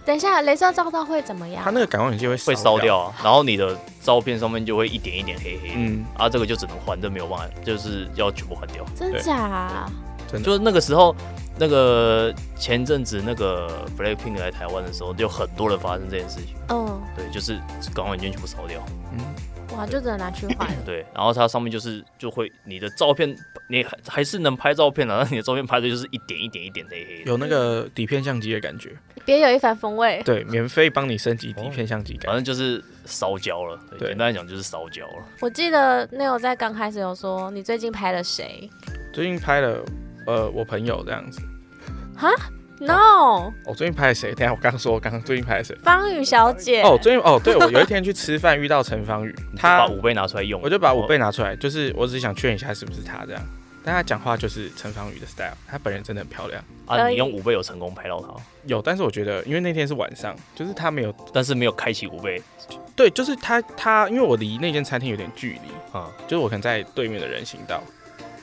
S4: 等一下，镭射照到会怎么样
S2: 它？那个感光眼镜会
S1: 会烧。掉啊，然后你的照片上面就会一点一点黑黑的。
S2: 嗯，
S1: 啊，这个就只能换，这没有办法，就是要全部换掉。
S4: 真
S2: 对
S4: 假啊？
S2: 嗯
S1: 就是那个时候，那个前阵子那个 Blackpink 来台湾的时候，就很多人发生这件事情。
S4: 嗯，
S1: 对，就是港湾眼镜全部烧掉。
S2: 嗯
S4: 哇，就只能拿去换
S2: *laughs*
S4: 了。
S1: 对，然后它上面就是就会你的照片，你还还是能拍照片的，但你的照片拍的就是一点一点一点黑黑的。
S2: 有那个底片相机的感觉。
S4: 别有一番风味。
S2: 对，免费帮你升级底片相机感
S1: 反。正就是烧焦了，对，
S2: 对
S1: 简单来讲就是烧焦了。
S4: 我记得 Neil 在刚开始有说，你最近拍了谁
S2: 最近拍了，呃，我朋友这样子。
S4: ？No，
S2: 我、最近拍了谁？等一下我刚说，我刚刚最近拍了谁？
S4: 方宇小姐。
S2: 哦，最近哦，对我有一天去吃饭遇到陈芳宇，
S1: 你就
S2: 他
S1: 把五倍拿出来用，
S2: 我就把五倍拿出来，就是我只是想确认一下是不是他这样。但他讲话就是陈芳宇的 style，她本人真的很漂亮。
S1: 啊，你用五倍有成功拍到它，
S2: 有，但是我觉得，因为那天是晚上，就是他没有
S1: 但是没有开启五倍
S2: 对，就是他他，因为我离那间餐厅有点距离，
S1: 啊。
S2: 就是我可能在对面的人行道，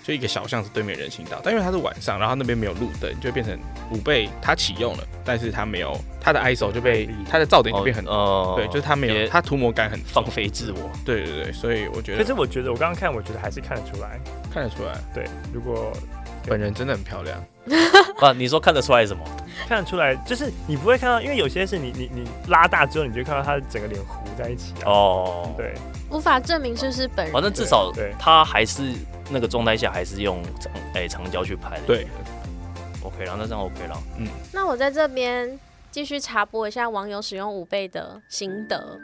S2: 就一个小巷子对面的人行道，但因为它是晚上，然后那边没有路灯，就变成五倍它启用了，但是它没有它的 ISO 就被它的噪点就变很、
S1: 哦
S2: 对，就是它没有它涂抹感很
S1: 放飞自我。
S2: 对对对，所以我觉
S3: 可是
S2: 得
S3: 我觉得我刚刚看，我觉得还是看得出来。
S2: 看得出来，
S3: 对，如果
S2: 本人真的很漂亮，
S1: 啊，你说看得出来什么？
S3: 看得出来，就是你不会看到，因为有些是你你你拉大之后，你就看到他的整个脸糊在一起啊。
S1: 哦，，
S3: 对，
S4: 无法证明是不是本
S1: 反正
S4: 人。
S1: 至少
S3: 对对
S1: 他还是那个状态下，还是用长哎、长焦去拍的。
S2: 对
S1: ，OK 了，那这样 OK 了。
S4: 那我在这边继续查播一下网友使用五倍的心得。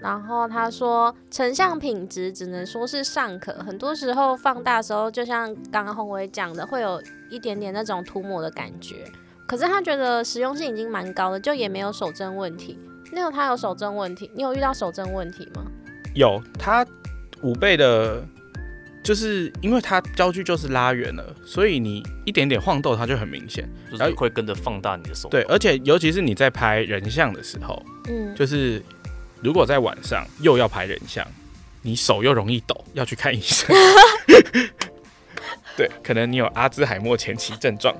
S4: 然后他说，成像品质只能说是尚可，很多时候放大的时候，就像刚刚宏伟讲的，会有一点点那种涂抹的感觉。可是他觉得实用性已经蛮高的，就也没有手震问题。那有他有手震问题，你有遇到手震问题吗？
S2: 有它五倍的。就是因为它焦距就是拉远了，所以你一点点晃动它就很明显。
S1: 就是会跟着放大你的手。
S2: 对，，而且尤其是你在拍人像的时候，
S4: 嗯，
S2: 就是如果在晚上又要拍人像，你手又容易抖，要去看医生。 *laughs* 对，可能你有阿兹海默前期症状。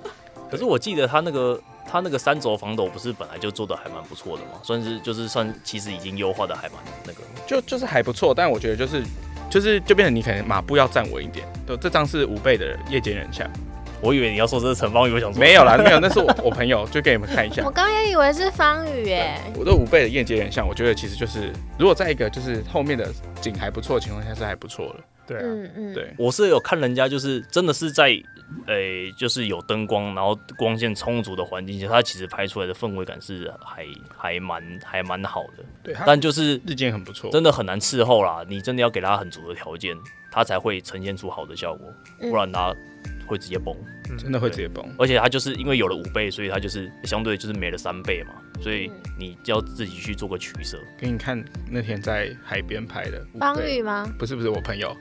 S1: 可是我记得他那个他那个三轴防抖不是本来就做的还蛮不错的吗？算是就是算其实已经优化的还蛮那个。
S2: 就就是还不错，但我觉得就是就是就变成你可能马步要站稳一点。对，这张是五倍的夜间人像，
S1: 我以为你要说这是陈芳宇，我想说
S2: 没有啦，没有，那是我我朋友，就给你们看一下
S4: 我。刚刚也以为是方宇耶，
S2: 我的五倍的夜间人像，我觉得其实就是如果在一个就是后面的景还不错的情况下是还不错的。
S3: 对啊，
S4: 嗯嗯，
S2: 对，
S1: 我是有看人家就是真的是在，诶、就是有灯光，然后光线充足的环境下，它其实拍出来的氛围感是还还蛮还蛮好的，
S2: 对，它
S1: 但就是
S2: 日间很不错。
S1: 真的很难伺候啦。你真的要给它很足的条件，它才会呈现出好的效果，
S4: 嗯
S1: 不然它会直接崩。
S3: 嗯
S2: 真的会直接崩，
S1: 而且它就是因为有了五倍，所以它就是相对就是没了三倍嘛，所以
S4: 嗯
S1: 你要自己去做个取舍。
S2: 给你看那天在海边拍的五
S4: 方
S2: 倍
S4: 宇吗？
S2: 不是不是我朋友，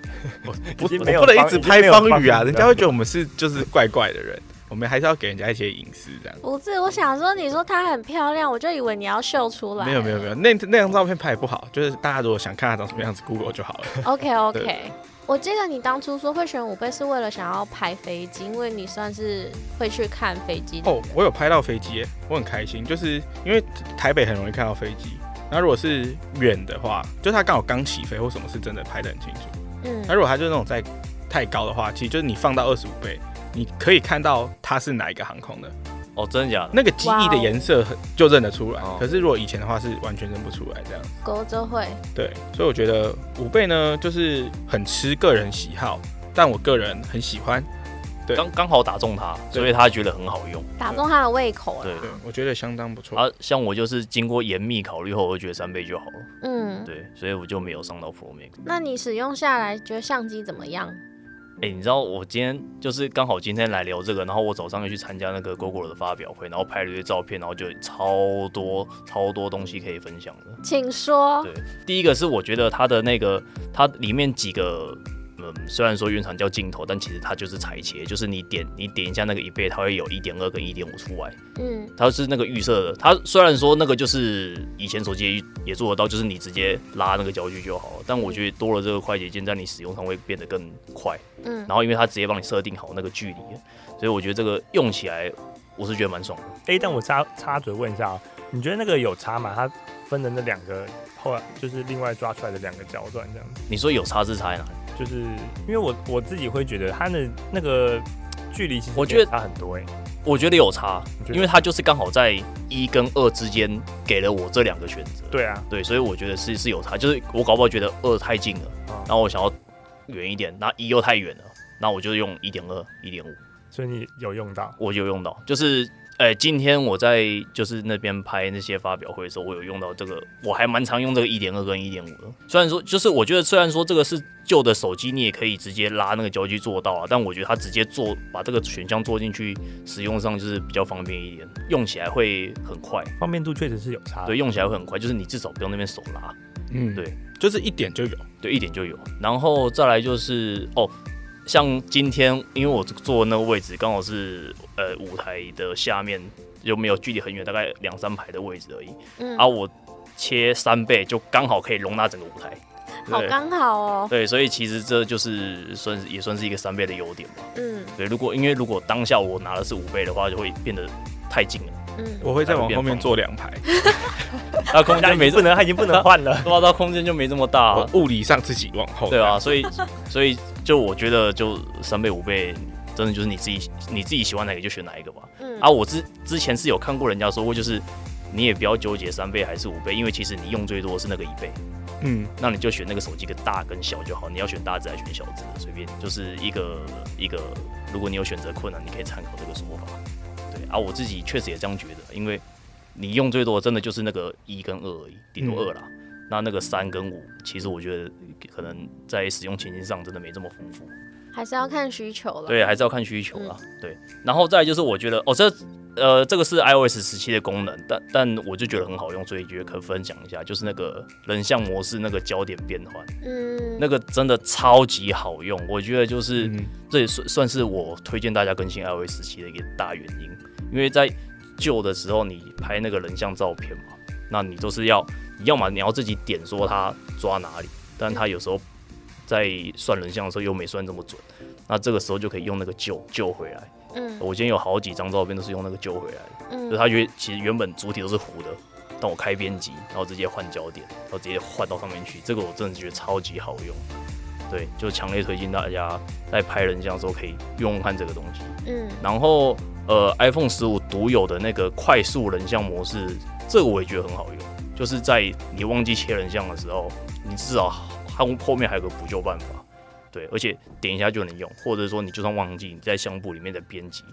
S2: 我不
S3: 已经
S2: 我
S3: 没有
S2: 不能一
S3: 方
S2: 直
S3: 已经
S2: 拍
S3: 没有
S2: 方
S3: 方
S2: 宇啊，
S3: 宇
S2: 人
S3: 了
S2: 家会觉得我们是就是怪怪的人，我们还是要给人家一些隐私这样。
S4: 不是，我想说，你说她很漂亮，我就以为你要秀出来。
S2: 没有没有没有，那那张照片拍也不好，就是大家如果想看她长什么样子，Google 就好了。
S1: *laughs*
S4: OK
S2: 对
S4: OK，我记得你当初说会选五倍是为了想要拍飞机，因为你算是会去看飞机的
S2: 哦
S4: 人。，
S2: 我有拍到飞机耶，我很开心，就是因为台北很容易看到飞机，然后如果是远的话，就它刚好刚起飞或什么是真的拍得很清楚。
S4: 嗯
S2: 那如果它就是那种在太高的话，其实就是你放到二十五倍，你可以看到它是哪一个航空的，
S1: 哦，真的假的？
S2: 那个机翼的颜色很就认得出来
S1: 哦，
S2: 可是如果以前的话是完全认不出来这样。
S4: 勾着会，
S2: 对，所以我觉得五倍呢就是很吃个人喜好，但我个人很喜欢。对
S1: 刚刚好打中他，
S2: 对
S1: 所以他觉得很好用。
S4: 打中他的胃口了
S1: 对。
S2: 对，我觉得相当不错。
S1: 啊，像我就是经过严密考虑后，我就觉得三倍就好了。
S4: 嗯，
S1: 对，所以我就没有上到 Pro Max。
S4: 那你使用下来觉得相机怎么样？
S1: 哎、你知道我今天就是刚好今天来聊这个，然后我早上又去参加那个 GoGo 的发表会，然后拍了一堆照片，然后就超多超多东西可以分享的。
S4: 请说
S1: 对。第一个是我觉得它的那个它里面几个。嗯，虽然说原厂叫镜头，但其实它就是裁切，就是你点你点一下那个一倍，它会有一点二跟一点五出来，
S4: 嗯，
S1: 它是那个预设的。它虽然说那个就是以前手机也也做得到，就是你直接拉那个焦距就好了，但我觉得多了这个快捷键，在你使用上会变得更快。
S4: 嗯
S1: 然后因为它直接帮你设定好那个距离，所以我觉得这个用起来我是觉得蛮爽的。
S3: 哎、但我插插嘴问一下啊，你觉得那个有差吗？它分的那两个后来就是另外抓出来的两个焦段这样子，
S1: 你说有差是差在哪里？
S3: 就是因为我我自己会觉得它的那个距离其实
S1: 我觉得
S3: 没有差很多哎、
S1: 我觉得有差
S3: 你觉，得
S1: 因为它就是刚好在一跟二之间给了我这两个选择。
S3: 对啊，
S1: 对，所以我觉得是是有差，就是我搞不好觉得二太近了，
S3: 啊、
S1: 然后我想要远一点，那一又太远了，那我就用一点二、一点五，
S3: 所以你有用到，
S1: 我就用到。就是，呃、今天我在就是那边拍那些发表会的时候，我有用到这个，我还蛮常用这个一点二跟一点五的。虽然说，就是我觉得虽然说这个是旧的手机，你也可以直接拉那个焦距做到啊，但我觉得它直接做把这个选项做进去，使用上就是比较方便一点，用起来会很快。
S3: 方便度确实是有差。 *laughs*
S1: 对，，用起来会很快，就是你至少不用那边手拉，
S2: 嗯，
S1: 对，
S2: 就是一点就有。
S1: 对，一点就有。然后再来就是哦，像今天因为我坐的那个位置刚好是呃舞台的下面，就没有距离很远，大概两三排的位置而已。
S4: 嗯，
S1: 啊，我切三倍就刚好可以容纳整个舞台。
S4: 好
S1: 对
S4: 刚好哦。
S1: 对，所以其实这就是算是也算是一个三倍的优点吧。
S4: 嗯
S1: 对，如果因为如果当下我拿的是五倍的话，就会变得太近了，
S4: 嗯，
S2: 我会再往后面坐两排，
S1: 那空间没
S3: 不能，它已经不能换了。
S1: *laughs* 对啊，它空间就没这么大、啊
S2: 我物理上自己往后。
S1: 对啊，，所以所以就我觉得就三倍五倍，真的就是你自己你自己喜欢哪个就选哪一个吧。
S4: 嗯
S1: 啊，我之之前是有看过人家说过，就是你也不要纠结三倍还是五倍，因为其实你用最多的是那个一倍，
S2: 嗯，
S1: 那你就选那个手机的大跟小就好，你要选大字还是选小字，随便，就是一个一个，如果你有选择困难，你可以参考这个说法。对啊，我自己确实也这样觉得，因为你用最多的真的就是那个一跟二而已，顶多
S2: 嗯
S1: 二啦。那那个三跟五，其实我觉得可能在使用情境上真的没这么丰富。
S4: 还是要看需求了。
S1: 对，还是要看需求啦。对，然后再来就是我觉得哦，这呃这个是 iOS 十七的功能，但但我就觉得很好用，所以觉得可以分享一下，就是那个人像模式那个焦点变换，
S4: 嗯，
S1: 那个真的超级好用。我觉得就是、
S2: 嗯
S1: 这也算算是我推荐大家更新 iOS 十七的一个大原因，因为在旧的时候你拍那个人像照片嘛，那你都是要你要么你要自己点说它抓哪里，但它有时候在算人像的时候又没算这么准。那这个时候就可以用那个救救回来。
S4: 嗯
S1: 我今天有好几张照片都是用那个救回来的，就是
S4: 嗯
S1: 它原其实原本主体都是糊的，但我开编辑，然后直接换焦点，然后直接换到上面去，这个我真的觉得超级好用。对，就强烈推荐大家在拍人像的时候可以用用看这个东西。
S4: 嗯，
S1: 然后呃，iPhone 十五独有的那个快速人像模式，这个我也觉得很好用，就是在你忘记切人像的时候，你至少后后面还有个补救办法，对，而且点一下就能用，或者说你就算忘记，你在相簿里面的编辑，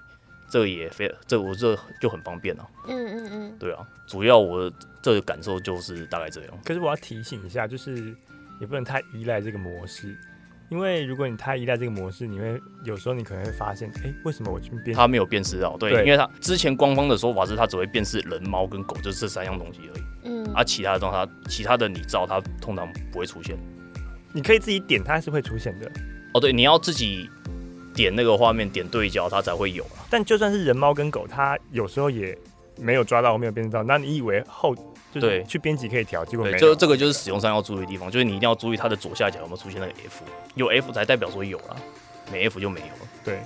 S1: 这个也非这个我这个就很方便了、
S4: 嗯嗯嗯，
S1: 对啊，主要我这个感受就是大概这样，
S3: 可是我要提醒一下，就是也不能太依赖这个模式，因为如果你太依赖这个模式，你会有时候你可能会发现，哎、为什么我去编
S1: 它没有辨识到，对，
S3: 对
S1: 因为它之前官方的说法是它只会辨识人、猫跟狗，就是这三样东西而已，
S4: 嗯
S1: 啊，其他的东西它其他的你照它通常不会出现。
S3: 你可以自己点，它是会出现的。
S1: 哦，对，你要自己点那个画面，点对焦，它才会有啊。
S3: 但就算是人、猫跟狗，它有时候也没有抓到，没有编辑到。那你以为后就是
S1: 对
S3: 去编辑可以调，结果没
S1: 对，
S3: 有。
S1: 就这个就是使用上要注意的地方，就是你一定要注意它的左下角有没有出现那个 F，有 F 才代表说有了，没 F 就没有了。
S3: 对，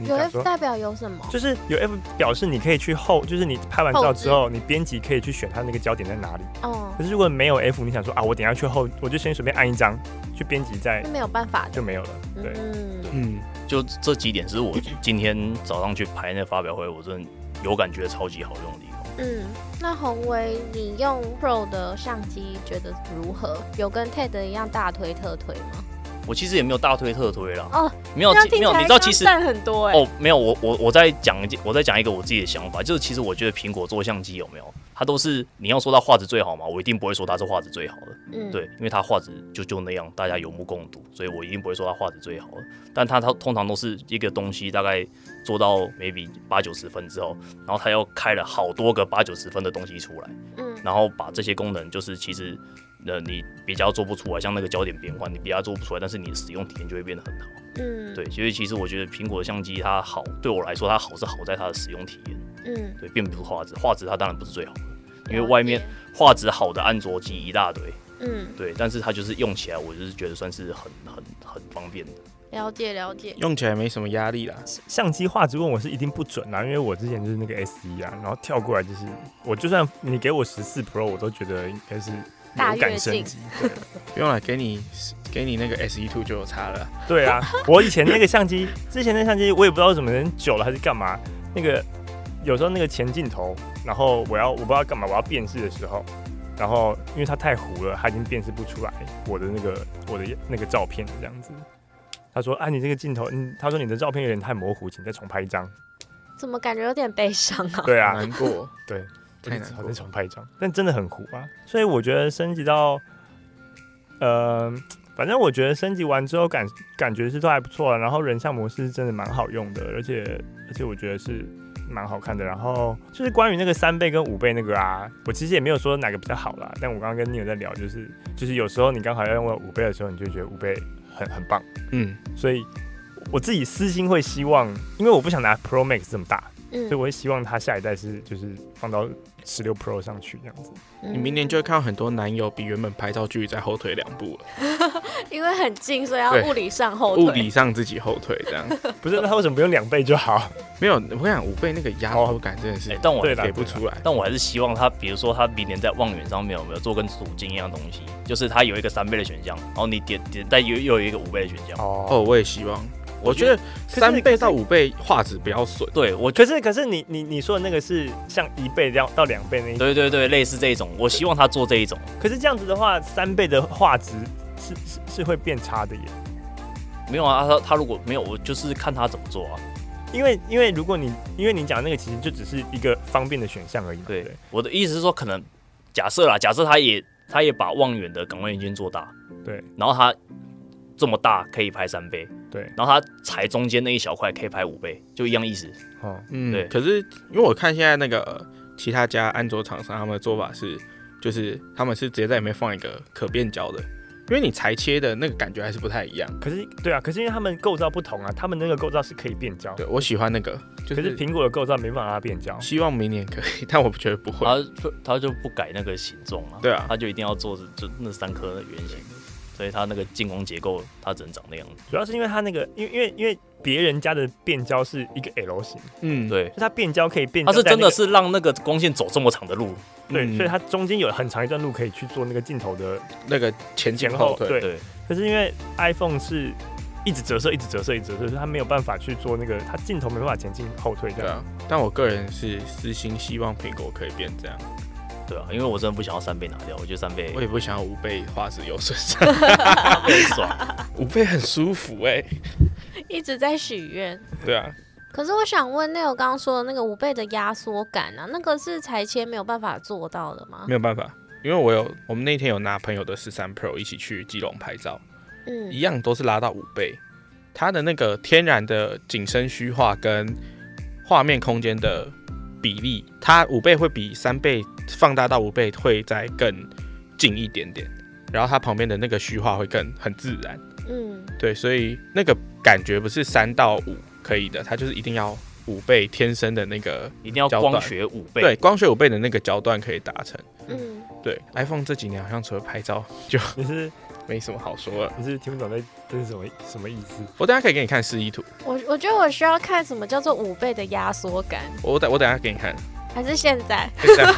S3: 你
S4: 有
S3: 想
S4: F
S3: 说。
S4: 代表有什么？
S3: 就是有 F 表示你可以去后，就是你拍完照之后，你编辑可以去选它那个焦点在哪里。
S4: 哦，
S3: 可是如果没有 F，你想说啊，我等一下去后，我就先随便按一张去编辑再
S4: 那没有办法的。
S3: 就没有了。对，
S4: 嗯，
S2: 嗯，
S1: 就这几点是我今天早上去排那发表会，我真的有感觉超级好用的地方。
S4: 嗯，那宏维，你用 Pro 的相机觉得如何？有跟 TED 一样大推特推吗？
S1: 我其实也没有大推特推啦，
S4: 哦，
S1: 没有
S4: 这样
S1: 没
S4: 听起
S1: 有，
S4: 来
S1: 你知道
S4: 刚
S1: 其实
S4: 赞很多哎、
S1: 哦，没有，我我我再讲一件，我再讲一个我自己的想法，就是其实我觉得苹果做相机有没有，它都是你要说它画质最好嘛，我一定不会说它是画质最好的，
S4: 嗯，
S1: 对，因为它画质就就那样，大家有目共睹，所以我一定不会说它画质最好的。但它它通常都是一个东西大概做到 maybe 八九十分之后，然后它又开了好多个八九十分的东西出来，
S4: 嗯
S1: 然后把这些功能就是其实呃你比较做不出来，像那个焦点变换你比较做不出来，但是你的使用体验就会变得很好。
S4: 嗯，
S1: 对，所以其实我觉得苹果的相机它好，对我来说它好是好在它的使用体验，
S4: 嗯，
S1: 对，并不是画质，画质它当然不是最好的，因为
S4: 了
S1: 外面
S4: 解，
S1: 画质好的安卓机一大堆，
S4: 嗯，
S1: 对，但是它就是用起来，我就是觉得算是很很很方便的。
S4: 了解了解，
S2: 用起来没什么压力啦。
S3: 相机画质问我是一定不准啊啦、因为我之前就是那个 S 一啊，然后跳过来就是，我就算你给我十四 Pro，我都觉得应该是
S4: 大
S3: 有感
S4: 跃
S3: 升
S4: 进
S3: 级。
S2: 不用了，给你给你那个 S E Two 就有差了。
S3: 对
S4: *laughs*
S3: 啊，我以前那个相机，之前那相机我也不知道怎么人久了还是干嘛，那个有时候那个前镜头，然后我要我不知道干嘛，我要辨识的时候，然后因为它太糊了，它已经辨识不出来我的那个我的那个照片这样子。他说：“啊，你这个镜头，嗯，他说你的照片有点太模糊，请再重拍一张。
S4: 怎么感觉有点悲伤
S1: *laughs*
S4: 啊？
S3: 对啊，
S2: 难过，
S3: 对，
S2: 太难
S3: 好
S2: 过
S3: 再。重拍一张，但真的很糊啊。所以我觉得升级到，呃，反正我觉得升级完之后感感觉是都还不错啊。然后人像模式是真的蛮好用的，而且而且我觉得是蛮好看的。然后就是关于那个三倍跟五倍那个啊，我其实也没有说哪个比较好啦。但我刚刚跟你有在聊，就是就是有时候你刚好要用五倍的时候，你就觉得五倍很很棒。
S2: 嗯，
S3: 所以我自己私心会希望，因为我不想拿 Pro Max 这么大，所以
S4: 嗯，
S3: 我会希望它下一代是就是放到十六 Pro 上去这样子。
S4: 嗯
S2: 你明年就会看到很多男友比原本拍照距离再后退两步了，
S4: 嗯因为很近，所以要
S2: 对
S4: 物理上后退。
S2: 物理上自己后退这样。
S3: 不是，那它为什么不用两倍就好？
S2: 没有，我跟你讲，五倍那个压迫感真的
S1: 哎、
S2: 是
S1: 但我
S3: 对啦啊
S2: 给不出来。
S1: 但我还是希望它，比如说它明年在望远上面有没有做跟主镜一样的东西，就是它有一个三倍的选项，然后你点点但又又有一个五倍的选项。
S3: 哦，
S2: 哦，我也希望。
S1: 我
S2: 我
S1: 觉
S2: 觉
S1: 得
S2: 得三倍到五倍画质不要损，
S1: 对，我
S3: 可是可是你你你说的那个是像一倍到到两倍那一，
S1: 对对对，类似这一种，我希望它做这一种。
S3: 可是这样子的话，三倍的画质是是是会变差的耶。
S1: 没有啊，他他如果没有，我就是看他怎么做啊。
S3: 因为因为如果你因为你讲的那个其实就只是一个方便的选项而已嘛，对
S1: 对，
S3: 不对？
S1: 我的意思是说，可能假设啦，假设他也他也把望远的感光元件做大，
S3: 对，
S1: 然后他这么大可以拍三倍，
S3: 对，
S1: 然后他裁中间那一小块可以拍五倍，就一样意思。
S3: 哦，
S1: 对
S2: 嗯，可是因为我看现在那个呃其他家安卓厂商他们的做法是，就是他们是直接在里面放一个可变焦的，因为你裁切的那个感觉还是不太一样。
S3: 可是对啊，可是因为他们构造不同啊，他们那个构造是可以变焦，
S2: 对我喜欢那个，就
S3: 可是
S2: 是
S3: 苹果的构造没办法让它变焦。
S2: 希望明年可以， *laughs* 但我觉得不会。
S1: 他就他就不改那个形状啊，
S2: 对啊
S1: 他就一定要做就那三颗圆形，所以他那个进攻结构他只能长那样子。
S3: 主要是因为它那个，因为因为因为别人家的变焦是一个 L 型，
S2: 嗯，
S1: 对
S3: 就，它变焦可以变焦
S1: 他
S3: 嗯在
S1: 啊是
S3: 那个、
S1: 真的是让那个光线走这么长的路，
S3: 对，
S2: 嗯
S3: 所以它中间有很长一段路可以去做那个镜头的
S2: 那个前进
S3: 前
S2: 后
S3: 后。
S2: 退，
S3: 对，
S1: 对，
S3: 可是因为 iPhone 是一直折射、一直折射、一直折射，所以它没有办法去做那个，它镜头没办法前进后退这
S2: 对
S3: 样。
S2: 啊，但我个人是私心希望苹果可以变这样，
S1: 对啊，因为我真的不想要三倍拿掉，我觉得三倍
S2: 我也不想要五倍画质有损伤， *laughs*
S1: 很爽。
S2: 五倍很舒服哎、
S4: *laughs* 一直在许愿。
S2: 对啊，
S4: 可是我想问，那我刚刚说的那个五倍的压缩感啊，那个是裁切没有办法做到的吗？
S2: 没有办法，因为我有我们那天有拿朋友的十三 Pro 一起去基隆拍照，一
S4: 嗯
S2: 样都是拉到五倍，它的那个天然的景深虚化跟画面空间的比例，它五倍会比三倍放大到五倍会再更近一点点，然后它旁边的那个虚化会更很自然，
S4: 嗯
S2: 对，所以那个感觉不是三到五可以的，它就是一定要五倍天生的那个
S1: 一定要
S2: 焦
S1: 光
S2: 段
S1: 学五倍。
S2: 对光学五倍的那个焦段可以达成。
S4: 嗯，
S2: 对，iPhone 这几年好像除了拍照就
S3: 你是
S2: 没什么好说了。
S3: 你是听不懂在这是什么什么意思？
S2: 我等一下可以给你看示意图，
S4: 我我觉得我需要看什么叫做五倍的压缩感，
S2: 我等我等一下给你看。
S4: 还是现在？
S2: 就这样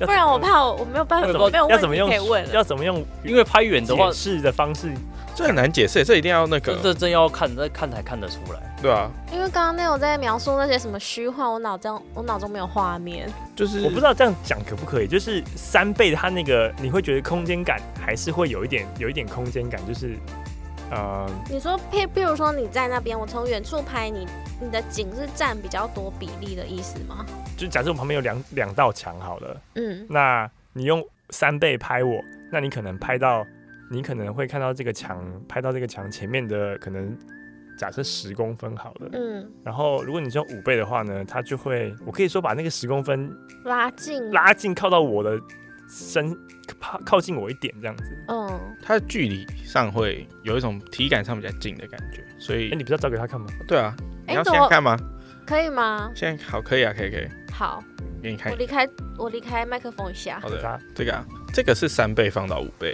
S4: 不然我怕我我没有办法，
S3: 要怎
S4: 我
S3: 么
S4: 没有
S3: 要怎
S4: 问
S3: 么
S4: 题
S3: 用
S4: 可以问了。
S3: 要怎么用
S1: 因为拍远的话
S3: 解，释的方式
S2: 这很难解释，这一定要那
S1: 这
S2: 个
S1: 这真要看，这看才看得出来。
S2: 对啊，
S4: 因为刚刚那我在描述那些什么虚幻，我脑中我脑中没有画面。
S2: 就是
S1: 嗯
S3: 我不知道这样讲可不可以，就是三倍它那个，你会觉得空间感还是会有一点，有一点空间感，就是，呃，
S4: 你说譬譬如说你在那边，我从远处拍你，你的景是占比较多比例的意思吗？
S3: 就假设我旁边有两两道墙好了，
S4: 嗯，
S3: 那你用三倍拍我，那你可能拍到，你可能会看到这个墙，拍到这个墙前面的可能假设十公分好了，
S4: 嗯，
S3: 然后如果你是用五倍的话呢，它就会，我可以说把那个十公分
S4: 拉近，，
S3: 拉近，靠到我的身，靠靠近我一点这样子。
S4: 嗯，
S2: 它的距离上会有一种体感上比较近的感觉，所以
S3: 哎、你不是要找给他看吗？
S2: 对啊，你
S4: 哎
S2: 要现
S4: 你怎
S2: 在
S4: 么
S2: 看吗？
S4: 可以吗？
S2: 现在好，可以啊，可以可以，
S4: 好，
S2: 给你看
S4: 我
S2: 一下。
S4: 离开我离开麦克风一下
S2: 好，
S3: 给
S2: 的，
S3: 他
S2: 这个啊，这个是三倍放到五倍，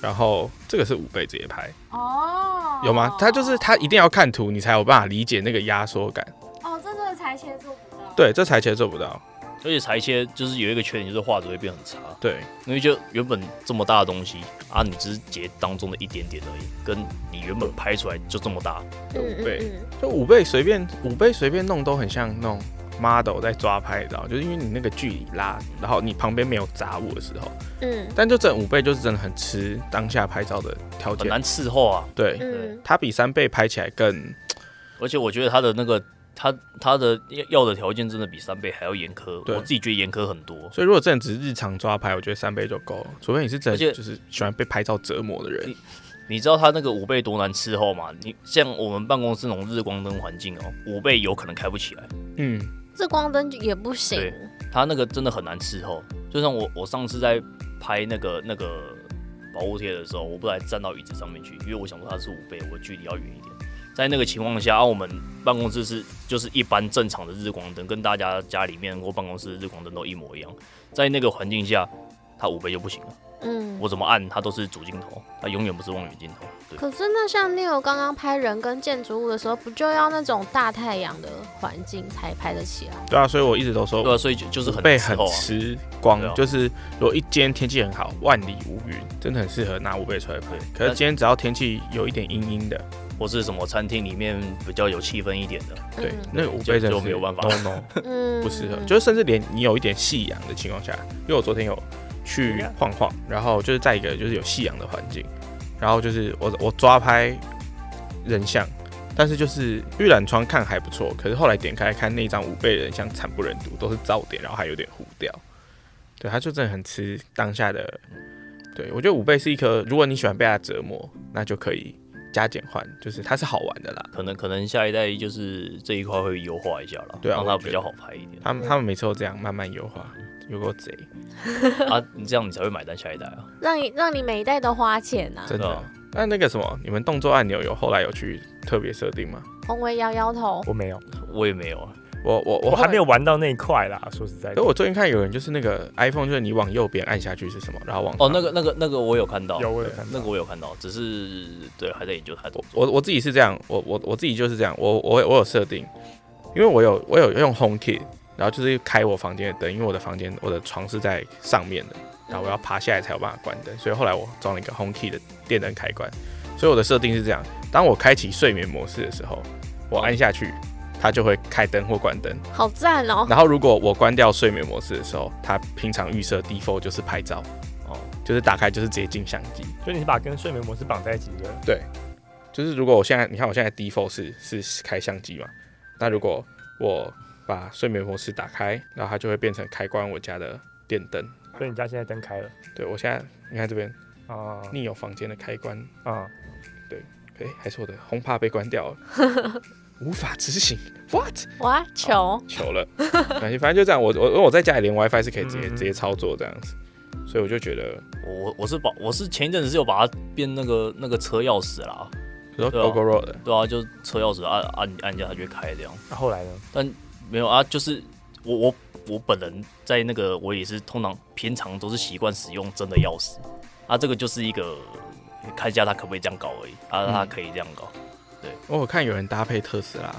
S2: 然后这个是五倍直接拍，
S4: 哦
S2: 有吗？它就是它一定要看图，你才有办法理解那个压缩感。
S4: 哦，这个裁切做不到，
S2: 对，这裁切做不到。
S1: 而且裁切就是有一个缺点，就是画质会变很差，
S2: 对，
S1: 因为就原本这么大的东西啊，你只是截当中的一点点而已，跟你原本拍出来就这么大，
S4: 嗯
S2: 五倍
S4: 嗯
S2: 就五倍随便五倍随便弄都很像弄 model 在抓拍，你知道吗？就是因为你那个距离拉，然后你旁边没有杂物的时候，
S4: 嗯
S2: 但就整五倍就是真的很吃当下拍照的条
S1: 很
S2: 件。
S1: 难伺候啊。
S2: 对，
S4: 嗯
S2: 它比三倍拍起来更
S1: 而且我觉得他的那个他他的要要的条件真的比三倍还要严苛，
S2: 对
S1: 我自己觉得严苛很多。
S2: 所以如果真的只是日常抓拍，我觉得三倍就够了。除非你是真
S1: 而
S2: 的
S1: 且
S2: 就是喜欢被拍照折磨的人
S1: 你，你知道他那个五倍多难伺候吗？你像我们办公室那种日光灯环境哦，五倍有可能开不起来，
S2: 嗯，
S4: 日光灯也不行，
S1: 对他那个真的很难伺候。就像我我上次在拍那个那个保护贴的时候，我不来站到椅子上面去，因为我想说它是五倍，我距离要远一点。在那个情况下，啊、我们办公室是就是一般正常的日光灯，跟大家家里面或办公室的日光灯都一模一样。在那个环境下，它五倍就不行了。
S4: 嗯。
S1: 我怎么按它都是主镜头，它永远不是望远镜头。对，
S4: 可是那像 Neo 刚刚拍人跟建筑物的时候，不就要那种大太阳的环境才拍得起来？
S2: 对啊，所以我一直都说
S1: 对啊，所以就就是
S2: 五
S1: 很
S2: 倍
S1: 难伺
S2: 很
S1: 候啊。
S2: 吃光，
S1: 对啊
S2: 就是如果一今天天气很好，万里无云，真的很适合拿五倍出来拍。可是
S1: 但
S2: 今天只要天气有一点阴阴的，
S1: 或是什么餐厅里面比较有气氛一点的，
S2: 对
S4: 嗯，
S2: 那个五倍真的
S1: 就是没有办法
S2: no no *laughs*
S4: 嗯
S2: 不适合。就是甚至连你有一点夕阳的情况下，因为我昨天有去晃晃，然后就是在一个就是有夕阳的环境，然后就是我我抓拍人像，但是就是预览窗看还不错，可是后来点开看那张五倍人像惨不忍睹，都是噪点，然后还有点糊掉。对，他就真的很吃当下的。对我觉得五倍是一颗，如果你喜欢被它折磨，那就可以加减换，就是它是好玩的啦。
S1: 可能可能下一代就是这一块会优化一下了，
S2: 对啊
S1: 让
S2: 我
S1: 它
S2: 也觉
S1: 比较好拍一点
S2: 他们他们每次都这样慢慢优化，有够贼，
S1: 啊，你这样你才会买单下一代啊。
S4: 让你让你每一代都花钱啊！
S2: 真
S1: 对
S2: 的
S1: 啊。
S2: 那那个什么，你们动作按钮有后来有去特别设定吗？
S4: 宏伟摇摇头，
S3: 我没有，
S1: 我也没有啊，
S2: 我我我
S3: 我还没
S2: 有。
S3: 有玩到那一块啦。说实在
S2: 可
S3: 的，
S2: 我最近看有人就是那个 iPhone，就是你往右边按下去是什么，然后往
S1: 哦，
S2: 上
S1: 那个那个那个我有看到，
S3: 有我有看到
S1: 那个我有看到，只是对还在研究它怎
S2: 我
S1: 么做。
S2: 我我自己是这样，我我我自己就是这样，我我我有设定，因为我有我有用 Home Kit，然后就是开我房间的灯，因为我的房间我的床是在上面的，然啊后我要爬下来才有办法关灯，所以后来我装了一个 Home Kit 的电灯开关，所以我的设定是这样，当我开启睡眠模式的时候，我按下去，它就会开灯或关灯，
S4: 好赞
S2: *laughs*
S4: 哦！
S2: 然后如果我关掉睡眠模式的时候，它平常预设 default 就是拍照，
S1: 哦，
S2: 就是打开就是直接进相机，
S3: 所以你是把跟睡眠模式绑在一起的。
S2: 对，就是如果我现在，你看我现在 default 是是开相机嘛，那如果我把睡眠模式打开，然后它就会变成开关我家的电灯。
S3: 所以你家现在灯开了
S2: 对我现在，你看这边，
S3: 啊
S2: 你有房间的开关，
S3: 啊、
S2: 诶，还是我的轰趴被关掉了，无法执行，what？
S4: 哇，球，
S2: 糗了，反正反正就这样，我我因为我在家里连 WiFi 是可以直接、
S3: 嗯
S2: 直接操作这样子，所以我就觉得，
S1: 我我我是把我是前一阵子是有把它变那个那个车钥匙啦，
S2: 比如
S1: 对
S2: 说
S1: 啊
S2: GoGoRo 的，
S1: 对啊，就车钥匙按按按一下它就会开这样。
S3: 那后来呢？
S1: 但没有啊，就是我我我本人在那个我也是通常平常都是习惯使用真的钥匙啊，这个就是一个看一下他可不可以这样搞而已啊，他可以这样搞，
S2: 哦我有看有人搭配特斯拉，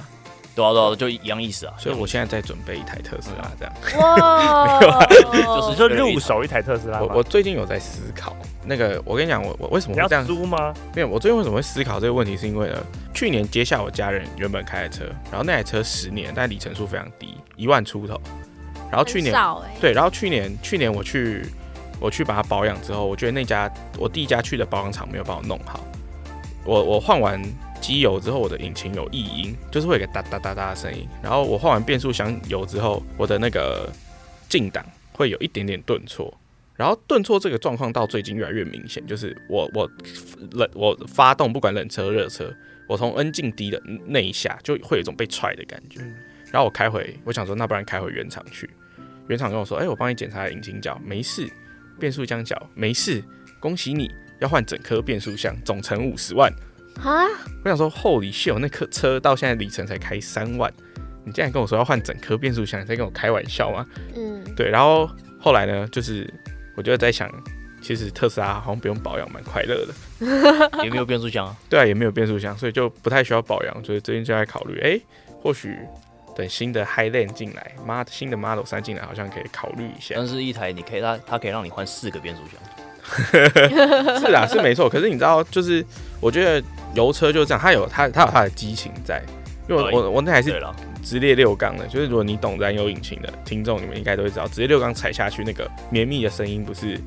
S1: 对啊对啊，就一样意思啊。
S2: 所以我现在在准备一台特斯
S3: 嗯
S2: 拉，这样。哦
S4: 哇，
S1: 就是
S2: *laughs*
S3: 你说入手一台特斯拉吗，
S2: 我我最近有在思考那个，我跟你讲，我我为什么
S3: 你
S2: 会
S3: 要
S2: 这样？
S3: 租吗？
S2: 没有，我最近为什么会思考这个问题，是因为呢，去年接下我家人原本开的车，然后那台车十年，但里程数非常低，一万出头。然后去年
S4: 很少哎，
S2: 对，然后去年去年我去我去把它保养之后，我觉得那家我第一家去的保养厂没有帮我弄好，我我换完机油之后，我的引擎有异音，就是会有一个哒哒哒哒的声音。然后我换完变速箱油之后，我的那个进档会有一点点顿挫。然后顿挫这个状况到最近越来越明显，就是我我冷我发动不管冷车热车，我从 N 进 D 的那一下就会有一种被踹的感觉。然后我开回，我想说那不然开回原厂去，原厂跟我说，哎、我帮你检查引擎角没事，变速箱角没事，恭喜你要换整颗变速箱，总成五十万。
S4: 啊，
S2: 我想说，Holy shit！我那颗车到现在里程才开三万，你竟然跟我说要换整颗变速箱，你在跟我开玩笑吗？
S4: 嗯，
S2: 对，然后后来呢，就是我就在想，其实特斯拉好像不用保养，蛮快乐的。
S1: 也没有变速
S2: *laughs*
S1: 箱啊。
S2: 对啊，也没有变速箱，所以就不太需要保养，所以最近就在考虑，哎、或许等新的 Highland 进来，妈新的 Model 三进来，好像可以考虑一下。
S1: 但是一台你可以它它可以让你换四个变速箱， *laughs*
S2: 是啦，是没错。可是你知道，就是我觉得油车就是这样，它有它它有它的激情在。因为我我我那台
S1: 对
S2: 是
S1: 了，
S2: 直列六缸的，就是如果你懂燃油引擎的听众，你们应该都会知道，直列六缸踩下去那个绵密的声音不是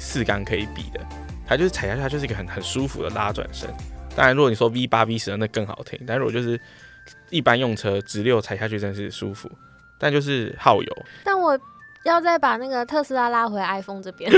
S2: 四缸可以比的，它就是踩下去它就是一个很很舒服的拉转声。当然，如果你说 V 八 V 十那更好听，但如果就是一般用车直六踩下去真的是舒服，但就是耗油。
S4: 但我要再把那个特斯拉拉回 iPhone
S2: *laughs*
S4: 这边，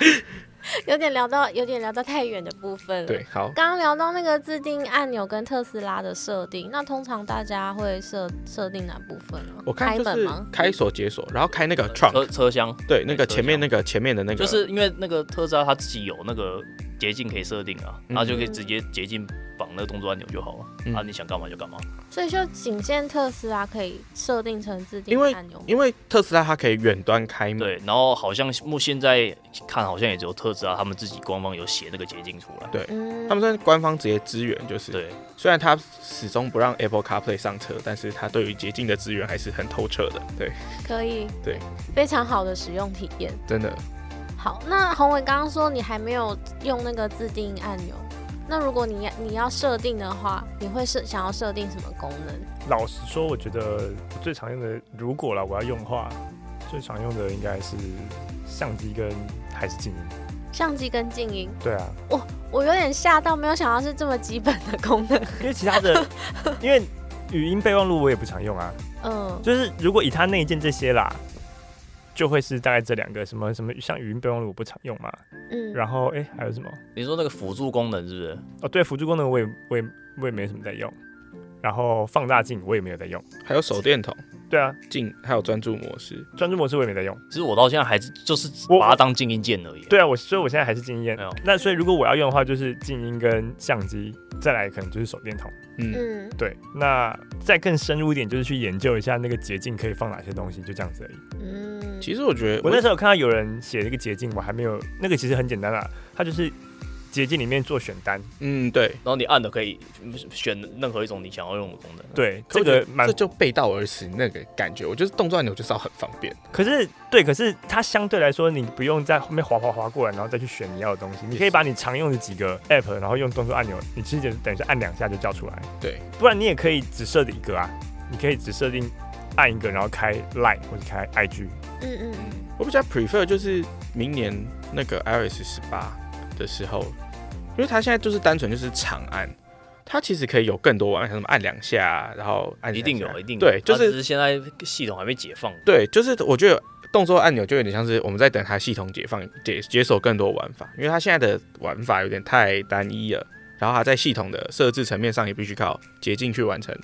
S4: *laughs* 有点聊到有点聊到太远的部分了。
S2: 对，好，
S4: 刚刚聊到那个自定按钮跟特斯拉的设定，那通常大家会设设定哪部分呢？
S2: 我看
S4: 开
S2: 就
S4: 门
S2: 是
S4: 吗？嗯
S2: 开锁解锁，然后开那个 trunk，
S1: 车车厢
S2: 对，那个
S1: 车
S2: 前面
S1: 厢
S2: 那个前面的那个，
S1: 就是因为那个特斯拉它自己有那个捷径可以设定啊，
S2: 嗯
S1: 它就可以直接捷径绑那个动作按钮就好了。
S2: 嗯
S1: 啊，你想干嘛就干嘛。
S4: 所以就仅限特斯拉可以设定成自定
S2: 因为
S4: 按钮吗。
S2: 因为特斯拉它可以远端开门，
S1: 对，然后好像目现在看好像也只有特斯拉他们自己官方有写那个捷径出来。
S4: 嗯
S2: 他们算是官方直接支援，就是
S1: 对，
S2: 虽然它始终不让 Apple CarPlay 上车，但是它对于捷径的资源还是很透彻的，对，
S4: 可以
S2: 对
S4: 非常好的使用体验。
S2: 真的。
S4: 好，那宏伟刚刚说你还没有用那个自定按钮，那如果你你要设定的话，你会设想要设定什么功能？
S3: 老实说，我觉得我最常用的，如果啦，我要用的话，最常用的应该是相机跟还是静音。
S4: 相机跟静音，
S3: 对啊，
S4: 我有点吓到，没有想到是这么基本的功能。 *laughs*
S3: 因为其他
S2: *laughs*
S3: 的，因为语音备忘录我也不常用啊。
S4: 嗯，
S3: 就是如果以它内建这些啦，就会是大概这两个什么什么，像语音备忘录我不常用嘛。
S4: 嗯，
S3: 然后哎、诶还有什么？
S1: 你说那个辅助功能是不是？
S3: 哦，对，辅助功能我也我也我也没什么在用。然后放大镜我也没有在用。
S2: 还有手电筒、
S3: 对啊，
S2: 镜，还有专注模式，
S3: 专注模式我也没在用。
S1: 其实我到现在还是就是
S3: 我
S1: 把它当静音键而已。
S3: 对啊，我所以我现在还是静音
S1: 没有。
S3: 那所以如果我要用的话，就是静音跟相机，再来可能就是手电筒。
S2: 嗯，
S4: 嗯，
S3: 对，那再更深入一点，就是去研究一下那个捷径可以放哪些东西，就这样子而已。
S4: 嗯，
S2: 其实我觉得
S3: 我那时候有看到有人写那个捷径，我还没有那个，其实很简单啦，它就是捷径里面做选单。
S2: 嗯对。
S1: 然后你按的可以选任何一种你想要用的功能。
S3: 对，
S2: 可
S3: 这
S2: 我觉
S3: 个
S2: 得
S3: 蛮
S2: 这，就背道而驰那个感觉，我就是动作按钮就是要很方便，
S3: 可是对，可是它相对来说，你不用在后面滑滑滑过来，然后再去选你要的东西，你可以把你常用的几个 app，然后用动作按钮，你其实等于是按两下就叫出来。
S2: 对，
S3: 不然你也可以只设定一个啊，你可以只设定按一个，然后开 Line 或者开 IG。
S4: 嗯嗯嗯，
S2: 我比较 prefer 就是明年那个 iOS 十八的时候，因为它现在就是单纯就是长按，它其实可以有更多玩法，像什么按两下啊，然后按三下
S1: 一定有，一定有
S2: 对，就
S1: 它只
S2: 是
S1: 是现在系统还没解放。
S2: 对，就是我觉得动作按钮就有点像是我们在等它系统解放解解锁更多玩法，因为它现在的玩法有点太单一了，然后它在系统的设置层面上也必须靠捷径去完成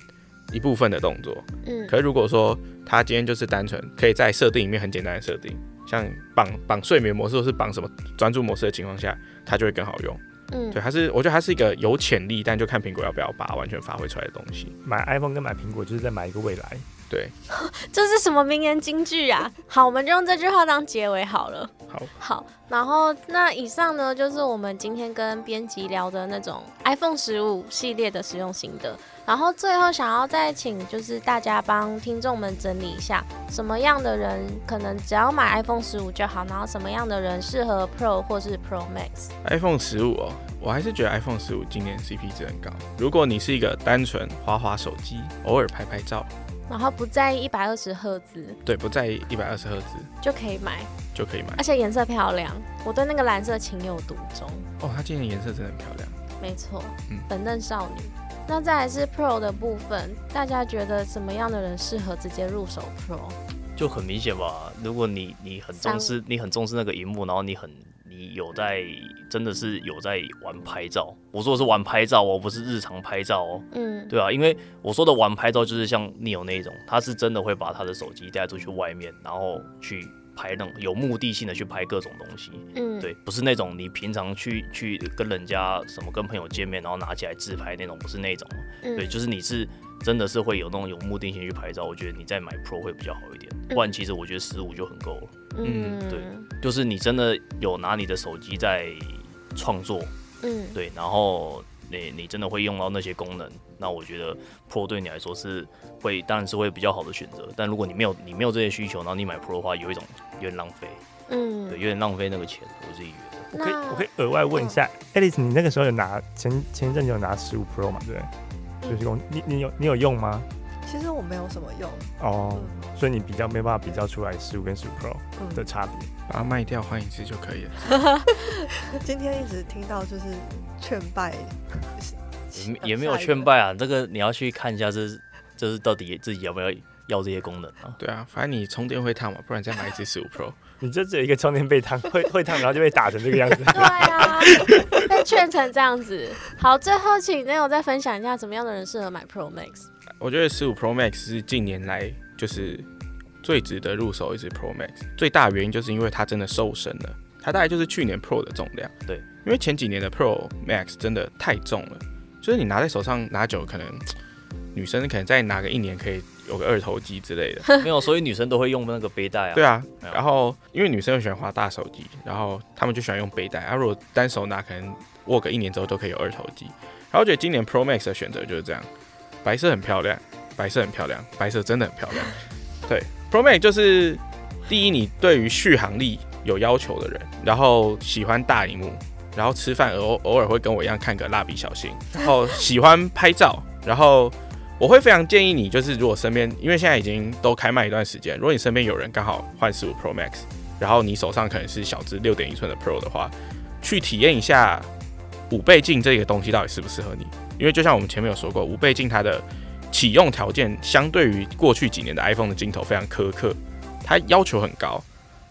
S2: 一部分的动作。
S4: 嗯
S2: 可是如果说他今天就是单纯可以在设定里面很简单的设定，像绑绑睡眠模式或是绑什么专注模式的情况下，它就会更好用。
S4: 嗯
S2: 对，它是我觉得它是一个有潜力，但就看苹果要不要把它完全发挥出来的东西。
S3: 买 iPhone 跟买苹果就是在买一个未来，
S2: 对，
S4: 这是什么名言金句啊？ *laughs* 好，我们就用这句话当结尾好了。
S2: 好，
S4: 好，然后那以上呢，就是我们今天跟编辑聊的那种 iPhone 十五系列的使用心得。然后最后想要再请，就是大家帮听众们整理一下，什么样的人可能只要买 iPhone 十五就好，然后什么样的人适合 Pro 或是 Pro Max。
S2: iPhone 十五哦，我还是觉得 iPhone 十五今年 CP 值很高。如果你是一个单纯滑滑手机，偶尔拍拍照，
S4: 然后不在意一百二十赫兹
S2: 对，不在意一百二十赫兹
S4: 就可以买，
S2: 就可以买
S4: 而。且颜色漂亮，我对那个蓝色情有独钟。
S2: 哦，它今年颜色真的很漂亮。
S4: 没错，
S2: 嗯
S4: 粉嫩少女。那再来是 Pro 的部分，大家觉得什么样的人适合直接入手 Pro？
S1: 就很明显吧。如果你你很重视，你很重视那个荧幕，然后你很你有在真的是有在玩拍照。我说的是玩拍照哦，不是日常拍照哦。
S4: 嗯，
S1: 对啊，因为我说的玩拍照就是像 Neo 那一种，他是真的会把他的手机带出去外面，然后去拍那种有目的性的去拍各种东西。
S4: 嗯，
S1: 对，不是那种你平常去去跟人家什么跟朋友见面，然后拿起来自拍那种，不是那种。
S4: 嗯
S1: 对，就是你是真的是会有那种有目的性去拍照，我觉得你再买 Pro 会比较好一点。不然其实我觉得十五就很够了，
S4: 嗯，
S1: 对就是你真的有拿你的手机在创作，
S4: 嗯，
S1: 对，然后你你真的会用到那些功能，那我觉得 Pro 对你来说是会当然是会比较好的选择。但如果你没有你没有这些需求，然后你买 Pro 的话，有一种有点浪费，对，
S4: 嗯，
S1: 有点浪费那个钱，我自己觉得。
S3: 我可以
S4: 那。
S3: 我可以额外问一下，Alice，你那个时候有拿前前一阵子有拿十五 Pro 嘛？对不对？就是用你你有你有用吗？
S5: 其实我没有什么用，
S3: 哦，
S5: 嗯
S3: 所以你比较没办法比较出来十五跟十五 Pro
S5: 嗯
S3: 的差别。
S2: 把它卖掉换一只就可以了。
S5: 今天一直听到就是劝败， *laughs*
S1: 也没也没有劝败啊，这个你要去看一下这是，这是到底自己要不要要这些功能
S2: *laughs*
S1: 啊？
S2: 对啊，反正你充电会烫嘛，不然再买一只十五 Pro。
S3: *laughs* 你就只有一个充电被烫，会会烫，然后就被打成这个样
S2: *laughs*
S3: 子
S4: 对啊，被劝成这样子。 *laughs* 好，最后请那我再分享一下，什么样的人适合买 Pro Max？
S2: 我觉得十五 Pro Max 是近年来就是最值得入手一只 Pro Max，最大原因就是因为它真的瘦身了，它大概就是去年 Pro 的重量。
S1: 对，
S2: 因为前几年的 Pro Max 真的太重了，就是你拿在手上拿久，可能女生可能再拿个一年可以有个二头肌之类的。
S1: 没有，所以女生都会用那个背带啊。
S2: 对
S1: 啊，
S2: 啊，
S1: 没有
S2: 然后因为女生又喜欢滑大手机，然后她们就喜欢用背带。啊，如果单手拿，可能握个一年之后都可以有二头肌。然后我觉得今年 Pro Max 的选择就是这样，白色很漂亮，白色很漂亮，白色真的很漂
S1: *laughs*
S2: 亮。对，Pro Max 就是第一，你对于续航力有要求的人，然后喜欢大荧幕，然后吃饭偶偶尔会跟我一样看个蜡笔小新，然后喜欢拍照，然后我会非常建议你，就是如果身边，因为现在已经都开卖一段时间，如果你身边有人刚好换十五 Pro Max，然后你手上可能是小只六点一寸的 Pro 的话，去体验一下五倍镜这个东西到底适不适合你。因为就像我们前面有说过，五倍镜它的启用条件相对于过去几年的 iPhone 的镜头非常苛刻，它要求很高。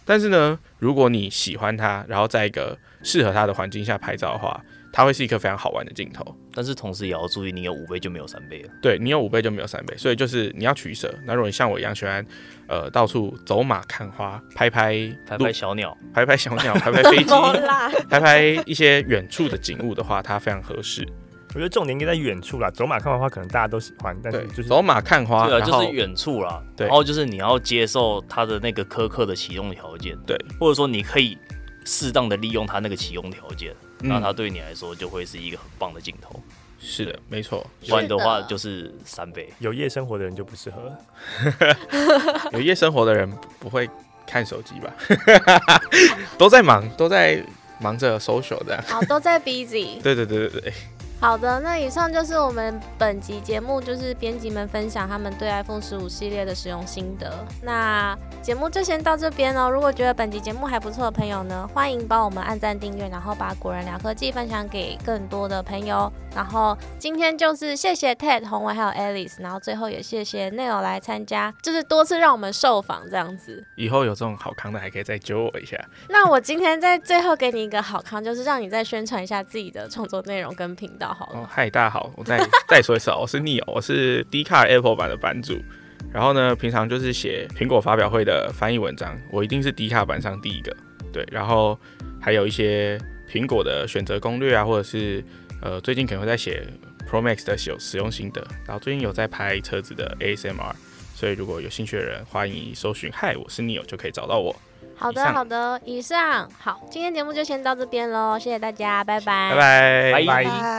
S2: 但是呢，如果你喜欢它，然后在一个适合它的环境下拍照的话，它会是一颗非常好玩的镜头。
S1: 但是同时也要注意，你有五倍就没有三倍啊了。
S2: 对啊你有五倍就没有三倍，所以就是你要取舍。那如果你像我一样喜欢，呃，到处走马看花，拍拍
S1: 拍
S2: 路
S1: 拍小鸟，
S2: 拍拍小鸟，
S1: *laughs*
S2: 拍拍飞机，
S4: 好啦，
S2: 拍拍一些远处的景物的话，它非常合适。
S3: 我觉得重点应该在远处啦，走马看花可能大家都喜欢，但
S2: 对
S3: 是，就是
S2: 走马看花，
S1: 对啊，
S2: 然
S1: 就
S2: 后
S1: 是远处啦。
S2: 对
S1: 然后就是你要接受它的那个苛刻的启用条件，
S2: 对，
S1: 或者说你可以适当的利用它那个启用条件，那
S2: 嗯
S1: 它对你来说就会是一个很棒的镜头。
S2: 是的，没错。
S1: 不然的话
S4: 是的
S1: 就是三倍。
S3: 有夜生活的人就不适合了。
S2: 有夜生活的人不不会看手机吧？ *laughs* 都在忙，都在忙着 social 这样。 *laughs*
S4: 好，都在 busy。
S2: 对对对对对，
S4: 好的，那以上就是我们本集节目，就是编辑们分享他们对 iPhone 十五系列的使用心得。那节目就先到这边哦。如果觉得本集节目还不错的朋友呢，欢迎帮我们按赞、订阅，然后把《果然聊科技》分享给更多的朋友。然后今天就是谢谢 Ted、宏文还有 Alice，然后最后也谢谢 Neil 来参加，就是多次让我们受访这样子。
S2: 以后有这种好康的还可以再揪我一下。
S4: 那我今天在最后给你一个好康，就是让你再宣传一下自己的创作内容跟频道好了。
S2: 哦，嗨，大家好，我再再说一次哦，我是 Neo，我是 d c a r Apple 版的版主。然后呢，平常就是写苹果发表会的翻译文章，我一定是 d c a r 版上第一个。对，然后还有一些苹果的选择攻略啊，或者是呃，最近可能会在写 Pro Max 的使使用心得，然后最近有在拍车子的 ASMR，所以如果有兴趣的人，欢迎搜寻“嗨，我是 Neil” 就可以找到我。
S4: 好的，
S2: 以上
S4: 好的，以上好，今天节目就先到这边喽，谢谢大家，拜拜，
S2: 拜
S1: 拜
S2: 拜，
S5: 拜。